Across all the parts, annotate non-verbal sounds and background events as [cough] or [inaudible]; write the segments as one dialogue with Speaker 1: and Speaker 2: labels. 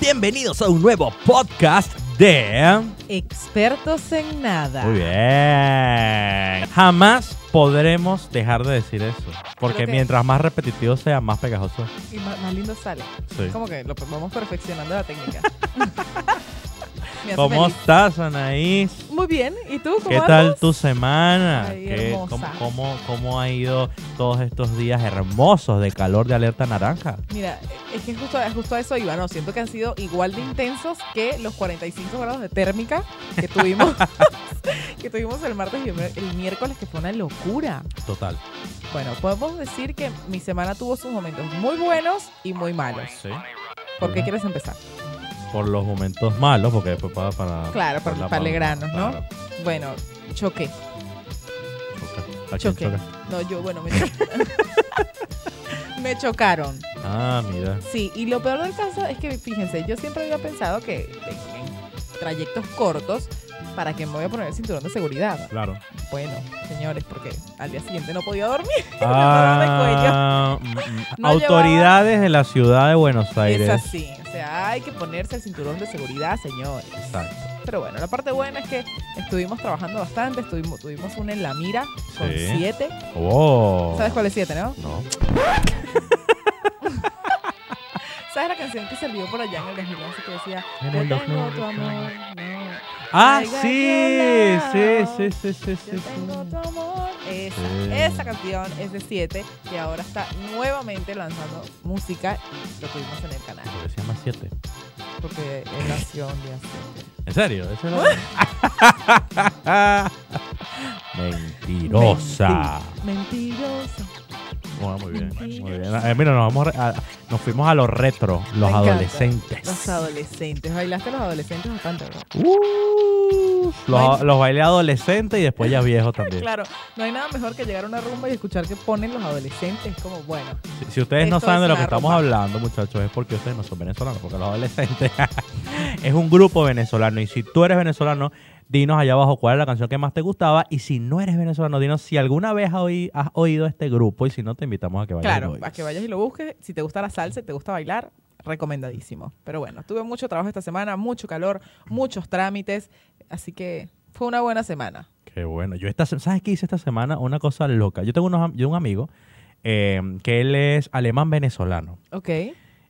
Speaker 1: Bienvenidos a un nuevo podcast de...
Speaker 2: Expertos en nada.
Speaker 1: Muy bien. Jamás podremos dejar de decir eso. Porque
Speaker 2: Creo que-
Speaker 1: mientras más repetitivo sea, más pegajoso. es.
Speaker 2: Y más, más lindo sale.
Speaker 1: Sí.
Speaker 2: Como que lo vamos perfeccionando la [laughs] técnica. Me hace
Speaker 1: ¿Cómo
Speaker 2: feliz.
Speaker 1: estás, Anaís?
Speaker 2: Muy bien. ¿Y tú? ¿Cómo
Speaker 1: ¿Qué tal
Speaker 2: andas?
Speaker 1: tu semana?
Speaker 2: Ay,
Speaker 1: ¿Qué-
Speaker 2: hermosa.
Speaker 1: cómo, cómo, cómo ha ido todos estos días hermosos de calor de alerta naranja?
Speaker 2: Mira, es que justo, justo a eso iba, ¿no? Siento que han sido igual de intensos que los 45 grados de térmica
Speaker 1: [laughs]
Speaker 2: que tuvimos, que tuvimos el martes y el mi- el miércoles, que fue una locura.
Speaker 1: Total.
Speaker 2: Bueno, podemos decir que mi semana tuvo sus momentos muy buenos y muy malos.
Speaker 1: Sí.
Speaker 2: ¿Por qué quieres empezar?
Speaker 1: Por los momentos malos, porque después para... para
Speaker 2: Claro, para-
Speaker 1: la-
Speaker 2: para alegrarnos, ¿no?
Speaker 1: claro.
Speaker 2: Bueno, choqué.
Speaker 1: Choca. ¿A quién
Speaker 2: Choqué.
Speaker 1: choca?
Speaker 2: No, yo, bueno, me, [laughs] me chocaron.
Speaker 1: Ah, mira.
Speaker 2: Sí, y lo peor del caso es que, fíjense, yo siempre había pensado que en, en trayectos cortos, ¿para que me voy a poner el cinturón de seguridad?
Speaker 1: Claro.
Speaker 2: Bueno, señores, porque al día siguiente [laughs] no podía dormir. [laughs]
Speaker 1: Ah, mm, mm.
Speaker 2: No
Speaker 1: Autoridades de la ciudad de Buenos Aires.
Speaker 2: Es así. O sea, hay que ponerse el cinturón de seguridad, señores.
Speaker 1: Exacto.
Speaker 2: Pero bueno, la parte buena es que estuvimos trabajando bastante, estuvimos, tuvimos una en la mira con
Speaker 1: Sí.
Speaker 2: siete.
Speaker 1: Oh.
Speaker 2: ¿Sabes cuál es siete, no?
Speaker 1: No.
Speaker 2: ¿Sabes la canción que salió por allá en el 2011 que decía
Speaker 1: En
Speaker 2: Yo
Speaker 1: el
Speaker 2: tengo tu
Speaker 1: 2011.
Speaker 2: amor, no,
Speaker 1: Ah, sí,
Speaker 2: Traiga
Speaker 1: sí,
Speaker 2: helado.
Speaker 1: sí, sí, sí, sí,
Speaker 2: yo tengo tu
Speaker 1: sí.
Speaker 2: amor. Esa,
Speaker 1: Sí.
Speaker 2: esa canción es de 7 y ahora está nuevamente lanzando música y lo tuvimos en el canal
Speaker 1: Porque se llama 7.
Speaker 2: porque él nació un día 7.
Speaker 1: ¿En serio? ¿Ese
Speaker 2: ¿Eh?
Speaker 1: era? [laughs] Mentirosa.
Speaker 2: Mentirosa.
Speaker 1: Bueno, muy bien, muy bien. Eh, mira, nos, vamos a- a- nos fuimos a los retro, los
Speaker 2: encanta.
Speaker 1: adolescentes.
Speaker 2: Los adolescentes. Bailaste a los adolescentes bastante, ¿verdad?
Speaker 1: Uh, los, los bailé adolescentes y después ya viejos también.
Speaker 2: Claro, no hay nada mejor que llegar a una rumba y escuchar que ponen los adolescentes. Es como, bueno,
Speaker 1: Si, si ustedes no
Speaker 2: Esto
Speaker 1: saben de
Speaker 2: es
Speaker 1: lo que
Speaker 2: una
Speaker 1: estamos
Speaker 2: rumba.
Speaker 1: hablando, muchachos, es porque ustedes no son venezolanos, porque los adolescentes [laughs] es un grupo venezolano. Y si tú eres venezolano, dinos allá abajo cuál es la canción que más te gustaba. Y si no eres venezolano, dinos si alguna vez oí- has oído este grupo y si no, te invitamos a que vayas.
Speaker 2: claro,
Speaker 1: hoy.
Speaker 2: a que vayas y lo busques. Si te gusta la salsa y te gusta bailar, recomendadísimo. Pero bueno, tuve mucho trabajo esta semana, mucho calor, muchos trámites, así que fue una buena semana.
Speaker 1: Qué bueno. Yo esta, se- ¿Sabes qué hice esta semana? Una cosa loca. Yo tengo unos am- yo un amigo eh, que él es alemán venezolano.
Speaker 2: Ok.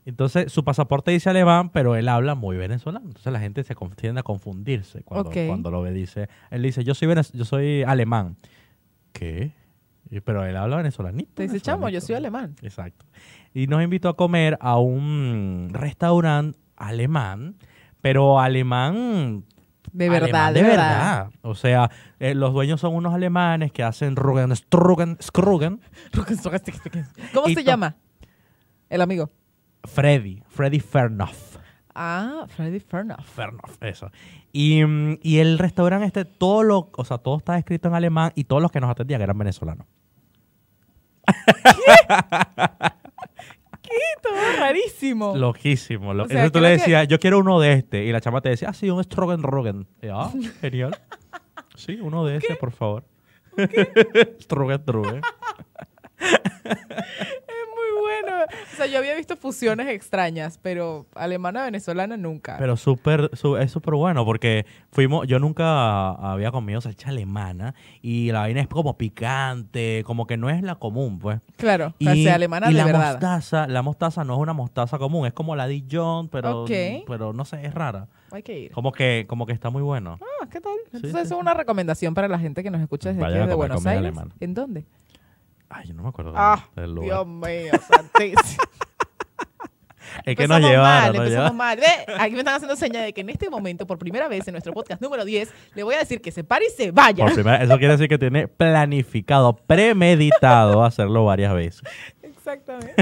Speaker 1: Entonces, su pasaporte dice alemán, pero él habla muy venezolano. Entonces, la gente se con- tiende a confundirse cuando,
Speaker 2: Ok.
Speaker 1: cuando lo ve. Dice, él dice, yo soy, venez- yo soy alemán. ¿Qué? Y- Pero él habla venezolanito.
Speaker 2: Te dice, chamo, yo soy
Speaker 1: venezolanito".
Speaker 2: alemán.
Speaker 1: Exacto. Y nos invitó a comer a un restaurante alemán, pero alemán
Speaker 2: De
Speaker 1: alemán
Speaker 2: verdad,
Speaker 1: de
Speaker 2: [laughs]
Speaker 1: verdad. O sea, eh, los dueños son unos alemanes que hacen Rugen, Strugen, Skrugen.
Speaker 2: ¿Cómo
Speaker 1: Y to-
Speaker 2: se llama? El amigo.
Speaker 1: Freddy, Freddy Fernoff.
Speaker 2: Ah, Freddy Fernoff.
Speaker 1: Fernoff, eso. Y, mm, y el restaurante este, todo lo, o sea, todo está escrito en alemán y todos los que nos atendían eran venezolanos.
Speaker 2: [laughs] Esto es rarísimo.
Speaker 1: Loquísimo. lo-
Speaker 2: Oh. O sea,
Speaker 1: Entonces tú
Speaker 2: creo
Speaker 1: le
Speaker 2: que-
Speaker 1: decías, yo quiero uno de este. Y la chama te decía, ah, sí, un Strogen Rogen. Y,
Speaker 2: [laughs]
Speaker 1: Ah, genial. Sí, uno de ese, por favor. [laughs] Strogen
Speaker 2: [laughs]
Speaker 1: Rogen.
Speaker 2: Es muy bueno. O sea, yo había visto fusiones extrañas, pero alemana-venezolana nunca.
Speaker 1: Pero súper, su- es súper bueno porque fuimos, yo nunca había comido salchicha alemana y la vaina es como picante, como que no es la común, pues.
Speaker 2: claro,
Speaker 1: Y,
Speaker 2: o sea, alemana
Speaker 1: y
Speaker 2: de
Speaker 1: la
Speaker 2: verdad.
Speaker 1: mostaza, la mostaza no es una mostaza común, es como la Dijon, pero,
Speaker 2: Ok.
Speaker 1: pero no sé, es rara.
Speaker 2: Hay que ir.
Speaker 1: Como que, como que está muy bueno.
Speaker 2: Ah, ¿qué tal? Entonces,
Speaker 1: sí,
Speaker 2: eso es una recomendación para la gente que nos escucha desde aquí,
Speaker 1: Vayan a
Speaker 2: desde
Speaker 1: comer
Speaker 2: Buenos
Speaker 1: comida
Speaker 2: Aires.
Speaker 1: alemana.
Speaker 2: ¿En dónde?
Speaker 1: Ay, yo no me acuerdo
Speaker 2: Ah,
Speaker 1: del lugar.
Speaker 2: Dios mío, [laughs] santísimo.
Speaker 1: Es que nos
Speaker 2: Empezamos
Speaker 1: llevaron,
Speaker 2: mal,
Speaker 1: nos
Speaker 2: empezamos
Speaker 1: llevaron.
Speaker 2: mal. Ve, Aquí me están haciendo señas de que en este momento, por primera vez en nuestro podcast número 10, le voy a decir que se pare y se vaya.
Speaker 1: Por primera- eso quiere decir que tiene planificado, premeditado hacerlo varias veces.
Speaker 2: Exactamente.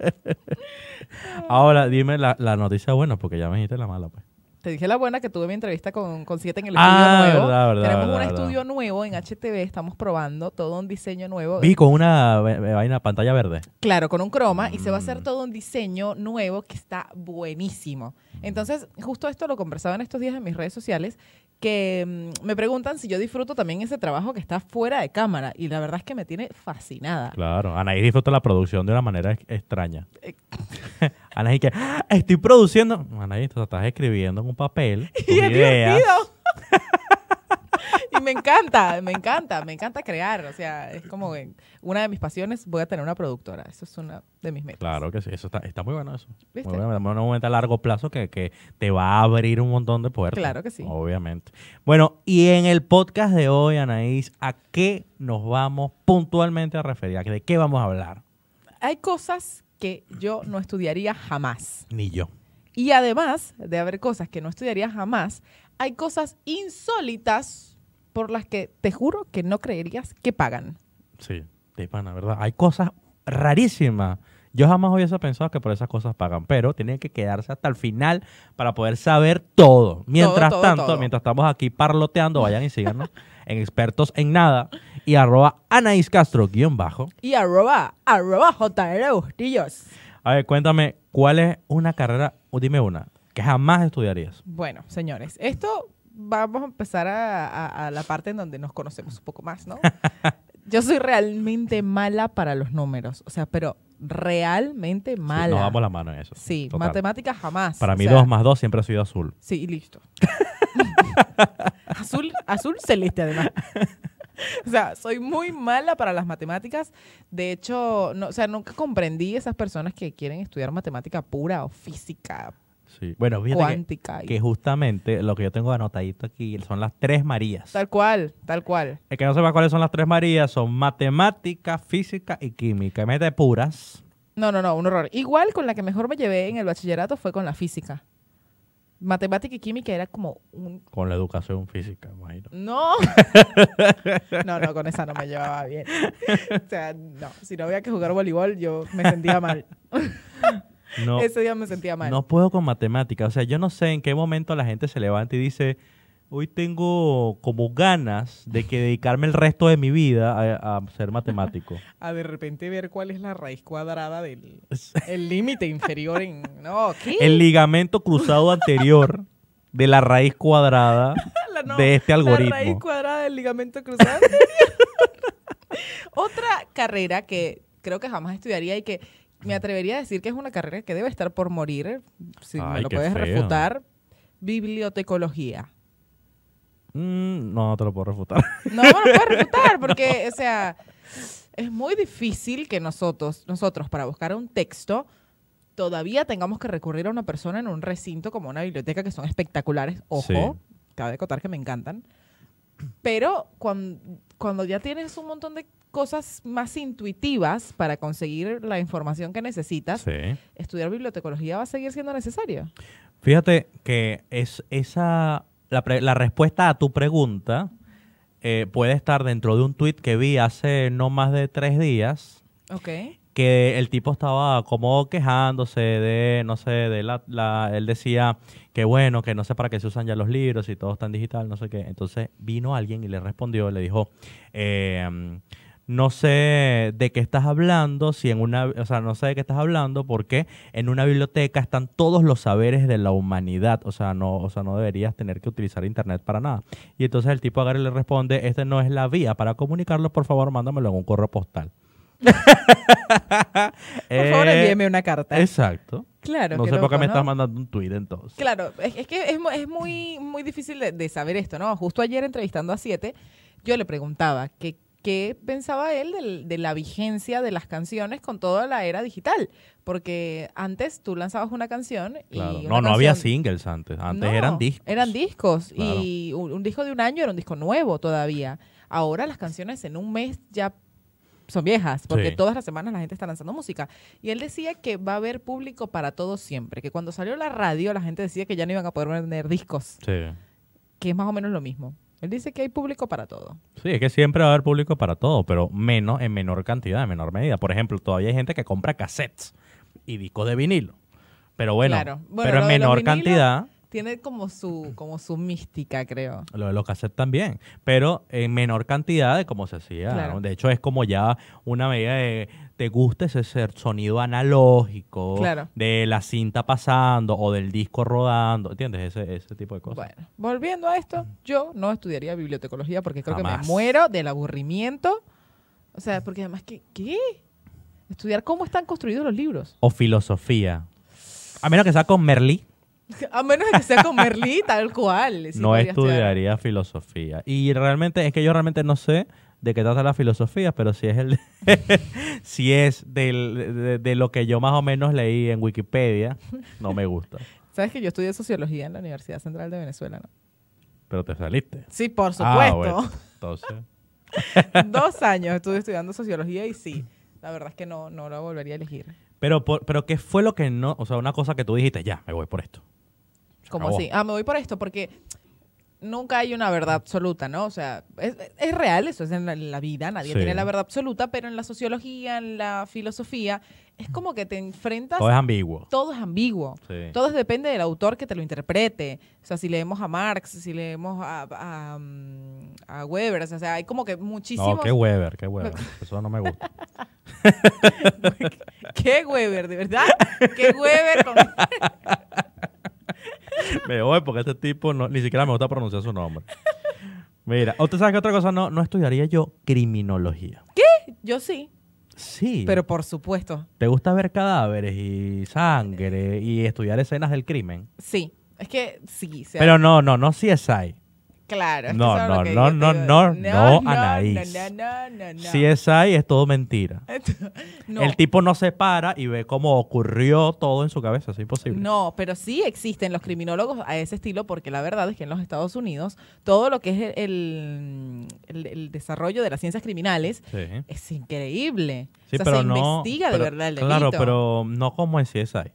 Speaker 2: Ah.
Speaker 1: Ahora, dime la, la noticia buena, porque ya me dijiste la mala, pues.
Speaker 2: Te dije la buena que tuve mi entrevista con, con Siete en el estudio
Speaker 1: Ah,
Speaker 2: nuevo.
Speaker 1: verdad, verdad,
Speaker 2: Tenemos
Speaker 1: verdad,
Speaker 2: un
Speaker 1: verdad.
Speaker 2: estudio nuevo en HTV, estamos probando todo un diseño nuevo.
Speaker 1: Vi con una ve- ve- vaina pantalla verde.
Speaker 2: Claro, con un croma y se va a hacer
Speaker 1: Mm.
Speaker 2: todo un diseño nuevo que está buenísimo. Entonces, justo esto lo conversaba en estos días en mis redes sociales, que mm, me preguntan si yo disfruto también ese trabajo que está fuera de cámara y la verdad es que me tiene fascinada.
Speaker 1: Claro, Anaí disfruta la producción de una manera ex- extraña.
Speaker 2: [laughs]
Speaker 1: [laughs] Anaí que, "Ah, estoy produciendo. Anaí, tú estás escribiendo en un
Speaker 2: [laughs]
Speaker 1: papel. tus
Speaker 2: Y es
Speaker 1: ideas.
Speaker 2: divertido. [laughs] y me encanta, me encanta, me encanta crear. O sea, es como que una de mis pasiones, voy a tener una productora. Eso es una de mis metas.
Speaker 1: Claro que sí, eso está, está muy bueno eso.
Speaker 2: ¿Viste?
Speaker 1: Muy bueno, además, una meta a largo plazo que, que te va a abrir un montón de puertas.
Speaker 2: Claro que sí.
Speaker 1: Obviamente. Bueno, y en el podcast de hoy, Anaís, ¿a qué nos vamos puntualmente a referir? ¿A qué- ¿De qué vamos a hablar?
Speaker 2: Hay cosas que yo no estudiaría jamás.
Speaker 1: Ni yo.
Speaker 2: Y además de haber cosas que no estudiaría jamás, hay cosas insólitas por las que te juro que no creerías que pagan.
Speaker 1: Sí, de pana, ¿verdad? Hay cosas rarísimas. Yo jamás hubiese pensado que por esas cosas pagan, pero tienen que quedarse hasta el final para poder saber todo. Mientras
Speaker 2: todo,
Speaker 1: tanto,
Speaker 2: todo.
Speaker 1: mientras estamos aquí parloteando, vayan y
Speaker 2: [laughs]
Speaker 1: síganos en Expertos en Nada y arroba Anaís Castro guión bajo.
Speaker 2: Y arroba, arroba JR Bustillos.
Speaker 1: A ver, cuéntame, ¿cuál es una carrera, o dime una, que jamás estudiarías?
Speaker 2: Bueno, señores, esto vamos a empezar a, a- a la parte en donde nos conocemos un poco
Speaker 1: [laughs]
Speaker 2: más, ¿no? Yo soy realmente mala para los números, o sea, pero realmente
Speaker 1: Sí,
Speaker 2: mala.
Speaker 1: nos damos la mano en eso.
Speaker 2: Sí,
Speaker 1: Total.
Speaker 2: matemáticas jamás.
Speaker 1: Para
Speaker 2: o
Speaker 1: mí
Speaker 2: sea,
Speaker 1: dos más dos siempre ha sido azul.
Speaker 2: Sí, y listo. [laughs] azul, azul celeste, además. [laughs] O sea, soy muy mala para las matemáticas. De hecho, no, o sea, nunca comprendí esas personas que quieren estudiar matemática pura o física
Speaker 1: Sí. Bueno, fíjate que-
Speaker 2: cuántica. y-
Speaker 1: que justamente lo que yo tengo anotadito aquí son las tres Marías.
Speaker 2: Tal cual, tal cual.
Speaker 1: El que no sepa cuáles son las tres Marías son matemática, física y química. En vez de puras,
Speaker 2: No, no, no, un horror. Igual con la que mejor me llevé en el bachillerato fue con la física. Matemática y química era como un...
Speaker 1: con la educación física, imagino.
Speaker 2: No.
Speaker 1: [laughs]
Speaker 2: No, no, con esa no me llevaba bien. O sea, no, si no había que jugar voleibol, yo me sentía mal.
Speaker 1: [laughs] No,
Speaker 2: Ese día me sentía mal.
Speaker 1: no puedo con matemática. O sea, yo no sé en qué momento la gente se levanta y dice, hoy tengo como ganas de que dedicarme el resto de mi vida a, a ser matemático.
Speaker 2: A de repente ver cuál es la raíz cuadrada del el límite inferior en... No, ¿qué?
Speaker 1: El ligamento cruzado anterior de la raíz cuadrada
Speaker 2: [laughs] La no-
Speaker 1: de este
Speaker 2: La raíz
Speaker 1: algoritmo.
Speaker 2: cuadrada del ligamento cruzado. [laughs] Otra carrera que creo que jamás estudiaría y que me atrevería a decir que es una carrera que debe estar por morir, si me
Speaker 1: Ay,
Speaker 2: lo
Speaker 1: qué
Speaker 2: puedes
Speaker 1: feo.
Speaker 2: refutar, bibliotecología.
Speaker 1: Mm, no, no te lo puedo refutar.
Speaker 2: No me lo puedes
Speaker 1: [laughs]
Speaker 2: refutar porque, o sea, es muy difícil que nosotros, nosotros para buscar un texto todavía tengamos que recurrir a una persona en un recinto como una biblioteca que son espectaculares, ojo, cabe acotar que me encantan. Pero cuando, cuando ya tienes un montón de cosas más intuitivas para conseguir la información que necesitas,
Speaker 1: Sí.
Speaker 2: estudiar bibliotecología va a seguir siendo necesario.
Speaker 1: Fíjate que es esa la, pre- la respuesta a tu pregunta eh, puede estar dentro de un tweet que vi hace no más de tres días
Speaker 2: Ok.
Speaker 1: que el tipo estaba como quejándose de, no sé, de la, la- él decía que bueno, que no sé para qué se usan ya los libros y todo está en digital, no sé qué. Entonces vino alguien y le respondió, le dijo, eh, no sé de qué estás hablando, si en una, o sea, no sé de qué estás hablando porque en una biblioteca están todos los saberes de la humanidad, o sea, no, o sea, no deberías tener que utilizar internet para nada. Y entonces el tipo agarra y le responde, esta no es la vía para comunicarlo, por favor, mándamelo en un correo
Speaker 2: [laughs]
Speaker 1: postal. Eh, [laughs]
Speaker 2: Por favor, envíeme una carta.
Speaker 1: Exacto.
Speaker 2: claro.
Speaker 1: no
Speaker 2: qué
Speaker 1: sé por qué
Speaker 2: loco,
Speaker 1: me
Speaker 2: ¿no?
Speaker 1: estás mandando un tuit entonces.
Speaker 2: Claro, es, es que es, mu- es muy, muy difícil de, de saber esto, ¿no? Justo ayer entrevistando a Siete, yo le preguntaba que qué pensaba él del- de, la vigencia de las canciones con toda la era digital, porque antes tú lanzabas una canción y...
Speaker 1: Claro.
Speaker 2: una
Speaker 1: No, no había
Speaker 2: canción-
Speaker 1: singles antes. Antes
Speaker 2: No,
Speaker 1: eran discos.
Speaker 2: Eran discos
Speaker 1: Claro.
Speaker 2: y un, un disco de un año era un disco nuevo todavía. Ahora las canciones en un mes ya son viejas, porque
Speaker 1: Sí.
Speaker 2: todas las semanas la gente está lanzando música. Y él decía que va a haber público para todo siempre, que cuando salió la radio la gente decía que ya no iban a poder vender discos,
Speaker 1: Sí.
Speaker 2: que es más o menos lo mismo. Él dice que hay público para todo.
Speaker 1: Sí, es que siempre va a haber público para todo, pero menos en menor cantidad, en menor medida. Por ejemplo, todavía hay gente que compra cassettes y discos de vinilo. Pero bueno,
Speaker 2: Claro. Bueno,
Speaker 1: pero en
Speaker 2: lo de los
Speaker 1: menor
Speaker 2: vinilos-
Speaker 1: cantidad.
Speaker 2: Tiene como su, como su mística, creo.
Speaker 1: Lo de los cassettes también, pero en menor cantidad de como se hacía.
Speaker 2: Claro.
Speaker 1: ¿no? De hecho, es como ya una medida de te gusta ese ser- sonido analógico
Speaker 2: Claro.
Speaker 1: de la cinta pasando o del disco rodando, ¿entiendes? Ese, ese tipo de cosas.
Speaker 2: Bueno, volviendo a esto, yo no estudiaría bibliotecología porque creo que me
Speaker 1: Jamás.
Speaker 2: muero del aburrimiento. O sea, porque además, ¿qué? ¿qué? Estudiar cómo están construidos los libros.
Speaker 1: O filosofía. A menos que sea con Merlí,
Speaker 2: A menos de que sea
Speaker 1: [laughs]
Speaker 2: con Merlí, tal cual. sí
Speaker 1: no
Speaker 2: podría
Speaker 1: estudiaría filosofía. Y realmente, es que yo realmente no sé de qué trata la filosofía, pero si es el [laughs] si es del- de, de lo que yo más o menos leí en Wikipedia, no me gusta.
Speaker 2: Sabes que yo estudié sociología en la Universidad Central de Venezuela, ¿no?
Speaker 1: Pero te saliste.
Speaker 2: Sí, por
Speaker 1: Ah,
Speaker 2: supuesto.
Speaker 1: bueno,
Speaker 2: [laughs]
Speaker 1: entonces,
Speaker 2: Dos años estuve estudiando sociología y sí, la verdad es que no, no la volvería a elegir.
Speaker 1: pero, por- pero ¿qué fue lo que no? O sea, una cosa que tú dijiste, ya, me voy por esto. Se
Speaker 2: ¿Cómo
Speaker 1: acabó.
Speaker 2: así? Ah, me voy por esto porque nunca hay una verdad absoluta, ¿no? O sea, es, es real, eso es en la, en la vida, nadie
Speaker 1: Sí.
Speaker 2: tiene la verdad absoluta, pero en la sociología, en la filosofía, es como que te enfrentas,
Speaker 1: Todo es ambiguo.
Speaker 2: todo es ambiguo.
Speaker 1: Sí.
Speaker 2: Todo depende del autor que te lo interprete. O sea, si leemos a Marx, si leemos a, a, mm, a Weber, o sea, hay como que muchísimos...
Speaker 1: No, qué Weber, qué
Speaker 2: [laughs]
Speaker 1: Weber. Eso no me gusta.
Speaker 2: ¿Qué Weber? ¿De verdad? ¿Qué
Speaker 1: [laughs]
Speaker 2: Weber? Con...
Speaker 1: Me voy porque este tipo no- ni siquiera me gusta pronunciar su nombre. Mira, ¿o tú sabes que otra cosa no, no estudiaría yo? Criminología.
Speaker 2: Yo sí,
Speaker 1: Sí.
Speaker 2: pero por supuesto,
Speaker 1: ¿Te gusta ver cadáveres y sangre y estudiar escenas del crimen?
Speaker 2: sí. Es que sí, o sea,
Speaker 1: Pero no, no, no CSI.
Speaker 2: claro. es que
Speaker 1: No,
Speaker 2: eso es lo
Speaker 1: no,
Speaker 2: que
Speaker 1: no,
Speaker 2: yo
Speaker 1: no,
Speaker 2: te digo.
Speaker 1: no, no, Anaís.
Speaker 2: No, no, no, no. [laughs]
Speaker 1: CSI es todo mentira.
Speaker 2: No,
Speaker 1: El tipo no se para y ve cómo ocurrió todo en su cabeza, es imposible.
Speaker 2: No, pero sí existen los criminólogos a ese estilo porque la verdad es que en los Estados Unidos todo lo que es el, el- el desarrollo de las ciencias criminales
Speaker 1: Sí,
Speaker 2: es increíble.
Speaker 1: sí
Speaker 2: o sea,
Speaker 1: pero
Speaker 2: se
Speaker 1: no.
Speaker 2: investiga de
Speaker 1: pero-
Speaker 2: verdad el delito.
Speaker 1: Claro, pero no como en CSI.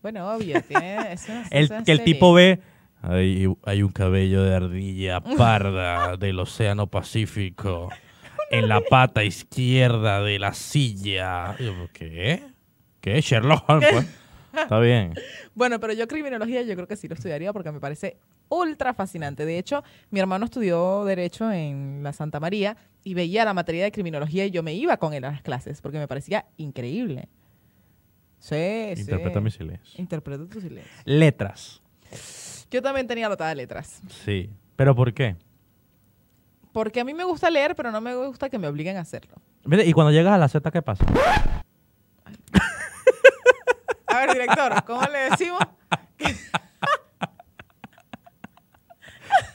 Speaker 2: Bueno, obvio, tiene... es una-
Speaker 1: [laughs] El,
Speaker 2: es una
Speaker 1: que el
Speaker 2: serie.
Speaker 1: tipo ve. Hay, hay un cabello de
Speaker 2: [laughs]
Speaker 1: ardilla parda del Océano Pacífico en la pata izquierda de la silla. Y yo, ¿Qué? ¿Qué? Sherlock Holmes.
Speaker 2: [laughs]
Speaker 1: pues. Está bien.
Speaker 2: Bueno, pero yo criminología yo creo que sí lo estudiaría porque me parece ultra fascinante. De hecho, mi hermano estudió Derecho en la Santa María y veía la materia de criminología y yo me iba con él a las clases porque me parecía increíble. Sí, sí.
Speaker 1: Interpreta mi silencio.
Speaker 2: Interpreta tu silencio.
Speaker 1: Letras.
Speaker 2: Yo también tenía anotada letras.
Speaker 1: Sí. ¿Pero por qué?
Speaker 2: Porque a mí me gusta leer, pero no me gusta que me obliguen a hacerlo.
Speaker 1: Mire, y cuando llegas a la Z, ¿qué pasa? [laughs]
Speaker 2: A
Speaker 1: [laughs]
Speaker 2: ver, director, ¿cómo le decimos?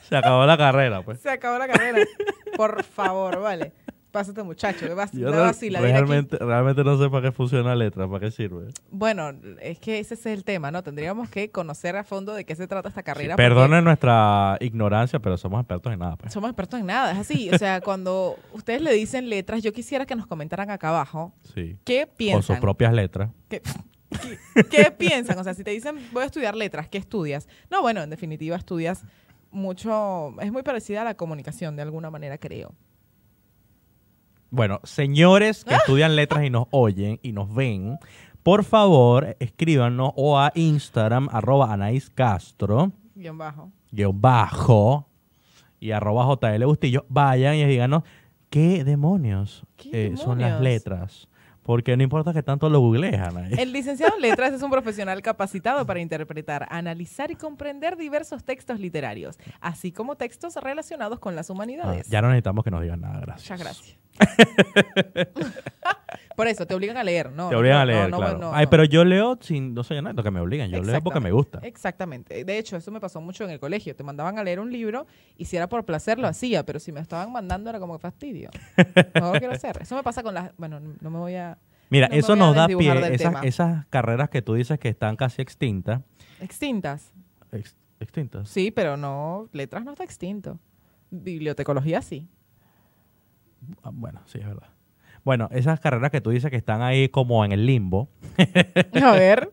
Speaker 1: Se acabó la carrera, pues.
Speaker 2: Se acabó la carrera. Por favor, vale. Pásate, muchacho. Que vas,
Speaker 1: Yo
Speaker 2: la
Speaker 1: real-
Speaker 2: vacila, ven aquí.
Speaker 1: realmente, realmente no sé para qué funciona letra, para qué sirve.
Speaker 2: Bueno, es que ese es el tema, ¿no? Tendríamos que conocer a fondo de qué se trata esta
Speaker 1: Sí,
Speaker 2: carrera. porque
Speaker 1: perdonen nuestra ignorancia, pero somos expertos en nada. Pues.
Speaker 2: Somos expertos en nada, es así. O sea, cuando ustedes le dicen letras, yo quisiera que nos comentaran acá abajo
Speaker 1: Sí.
Speaker 2: qué
Speaker 1: Con sus
Speaker 2: piensan.
Speaker 1: propias letras.
Speaker 2: ¿Qué, qué- qué piensan? O sea, si te dicen voy a estudiar letras, ¿qué estudias? No, bueno, en definitiva estudias mucho, es muy parecida a la comunicación de alguna manera, creo.
Speaker 1: Bueno, señores
Speaker 2: Ah.
Speaker 1: que estudian letras y nos oyen y nos ven, por favor, escríbanos o a Instagram, arroba Anaís Castro,
Speaker 2: Guión bajo.
Speaker 1: guión bajo, y arroba JL Bustillo. Vayan y díganos qué demonios,
Speaker 2: ¿Qué
Speaker 1: eh, son las
Speaker 2: demonios?
Speaker 1: letras. Porque no importa que tanto lo googlees, Anaís.
Speaker 2: El licenciado en letras es un profesional capacitado para interpretar, analizar y comprender diversos textos literarios, así como textos relacionados con las
Speaker 1: Ah,
Speaker 2: humanidades.
Speaker 1: ya no necesitamos que nos digan nada, gracias.
Speaker 2: Muchas gracias. [laughs] Por eso, te obligan a leer, ¿no?
Speaker 1: Te obligan
Speaker 2: no,
Speaker 1: a leer,
Speaker 2: no, no,
Speaker 1: claro.
Speaker 2: no,
Speaker 1: Ay,
Speaker 2: no. Eh,
Speaker 1: pero yo leo sin, no sé, no es lo que me obligan, yo leo porque me gusta.
Speaker 2: Exactamente. De hecho, eso me pasó mucho en el colegio. Te mandaban a leer un libro y si era por placer lo hacía, pero si me estaban mandando era como que
Speaker 1: [laughs]
Speaker 2: fastidio. No lo quiero hacer. Eso me pasa con las... Bueno, no me voy a...
Speaker 1: Mira,
Speaker 2: No me
Speaker 1: eso
Speaker 2: voy a
Speaker 1: nos da
Speaker 2: desdibujar
Speaker 1: pie,
Speaker 2: del
Speaker 1: esas,
Speaker 2: tema.
Speaker 1: esas carreras que tú dices que están casi extintas.
Speaker 2: Extintas.
Speaker 1: ex- extintas.
Speaker 2: Sí, pero no... Letras no está extinto. Bibliotecología sí.
Speaker 1: Ah, Bueno, sí, es verdad. Bueno, esas carreras que tú dices que están ahí como en el limbo,
Speaker 2: A ver.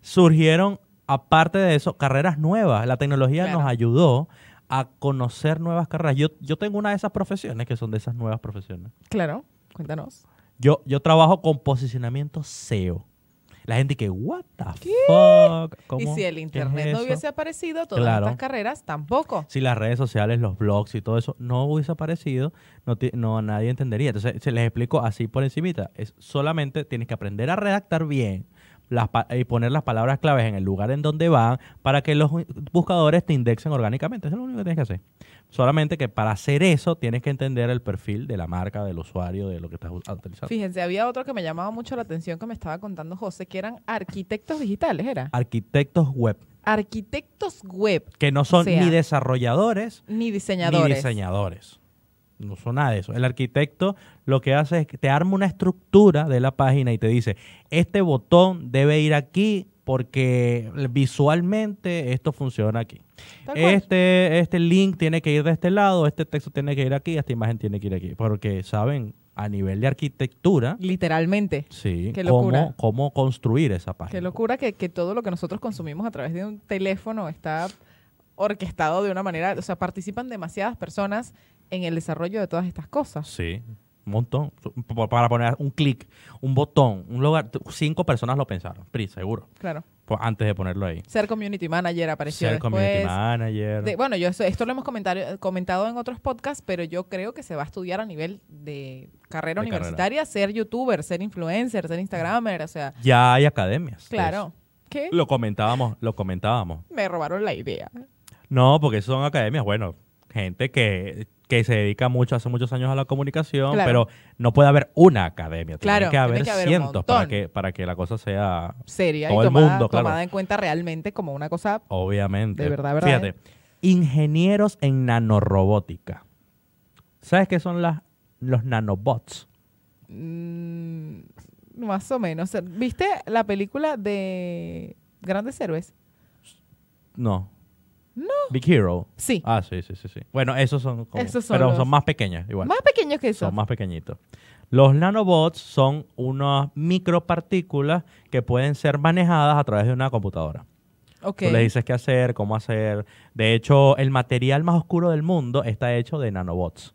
Speaker 1: surgieron, aparte de eso, carreras nuevas. La tecnología
Speaker 2: Claro.
Speaker 1: nos ayudó a conocer nuevas carreras. Yo, yo tengo una de esas profesiones que son de esas nuevas profesiones.
Speaker 2: Claro. Cuéntanos.
Speaker 1: Yo, yo trabajo con posicionamiento SEO. E La gente que, what the fuck? ¿Cómo?
Speaker 2: Y si el
Speaker 1: ¿Qué es
Speaker 2: internet no
Speaker 1: eso?
Speaker 2: hubiese aparecido, todas
Speaker 1: Claro.
Speaker 2: estas carreras tampoco.
Speaker 1: si las redes sociales, los blogs y todo eso no hubiese aparecido, no, ti- no nadie entendería. Entonces, se les explico así por encimita. Es solamente tienes que aprender a redactar bien las pa- y poner las palabras claves en el lugar en donde van para que los buscadores te indexen orgánicamente. Eso es lo único que tienes que hacer. Solamente que para hacer eso tienes que entender el perfil de la marca, del usuario, de lo que estás u- utilizando.
Speaker 2: Fíjense, había otro que me llamaba mucho la atención que me estaba contando José, que eran arquitectos digitales,
Speaker 1: Ah.
Speaker 2: ¿era?
Speaker 1: Arquitectos web,
Speaker 2: Arquitectos web,
Speaker 1: que no son
Speaker 2: O sea,
Speaker 1: ni desarrolladores
Speaker 2: ni diseñadores.
Speaker 1: ni diseñadores. No son nada de eso. El arquitecto lo que hace es que te arma una estructura de la página y te dice, este botón debe ir aquí porque visualmente esto funciona aquí.
Speaker 2: Tal cual.
Speaker 1: Este, este link tiene que ir de este lado, este texto tiene que ir aquí, esta imagen tiene que ir aquí. Porque, ¿saben? A nivel de arquitectura,
Speaker 2: Literalmente.
Speaker 1: sí,
Speaker 2: Qué locura.
Speaker 1: cómo, cómo construir esa página.
Speaker 2: Qué locura que, que todo lo que nosotros consumimos a través de un teléfono está orquestado de una manera, o sea, participan demasiadas personas en el desarrollo de todas estas cosas.
Speaker 1: Sí, un montón. Su- p- Para poner un clic, un botón, un lugar, t- cinco personas lo pensaron, pri, seguro,
Speaker 2: Claro.
Speaker 1: po- antes de ponerlo ahí.
Speaker 2: Ser community manager apareció
Speaker 1: Ser
Speaker 2: después.
Speaker 1: community manager.
Speaker 2: De- bueno, yo eso- esto lo hemos comentario- comentado en otros podcasts, pero yo creo que se va a estudiar a nivel de carrera
Speaker 1: De
Speaker 2: universitaria, ser youtuber, ser influencer, ser instagramer, o sea,
Speaker 1: ya hay academias. de
Speaker 2: claro. ¿Qué?
Speaker 1: eso. Lo comentábamos, lo comentábamos.
Speaker 2: Me robaron la idea.
Speaker 1: No, porque son academias, bueno, gente que, que se dedica mucho, hace muchos años a la comunicación,
Speaker 2: Claro.
Speaker 1: pero no puede haber una academia. tiene que
Speaker 2: Claro, tiene
Speaker 1: haber
Speaker 2: que haber un
Speaker 1: cientos para
Speaker 2: montón.
Speaker 1: que, para que la cosa sea
Speaker 2: Seria
Speaker 1: Todo
Speaker 2: y
Speaker 1: el
Speaker 2: tomada,
Speaker 1: mundo, claro.
Speaker 2: tomada en cuenta realmente como una cosa
Speaker 1: Obviamente.
Speaker 2: De verdad, eh? verdad,
Speaker 1: Fíjate, ingenieros en nanorobótica. ¿Sabes qué son las, los nanobots?
Speaker 2: Mm, más o menos. ¿Viste la película de Grandes Héroes?
Speaker 1: No. No. Big Hero.
Speaker 2: Sí.
Speaker 1: Ah, sí, sí, sí, sí. Bueno, esos son como-
Speaker 2: Esos son
Speaker 1: pero
Speaker 2: los-
Speaker 1: son más pequeñas, igual.
Speaker 2: Más pequeños que eso.
Speaker 1: Son más pequeñitos. Los nanobots son unas micropartículas que pueden ser manejadas a través de una computadora.
Speaker 2: Ok.
Speaker 1: Tú le dices qué hacer, cómo hacer. De hecho, el material más oscuro del mundo está hecho de nanobots.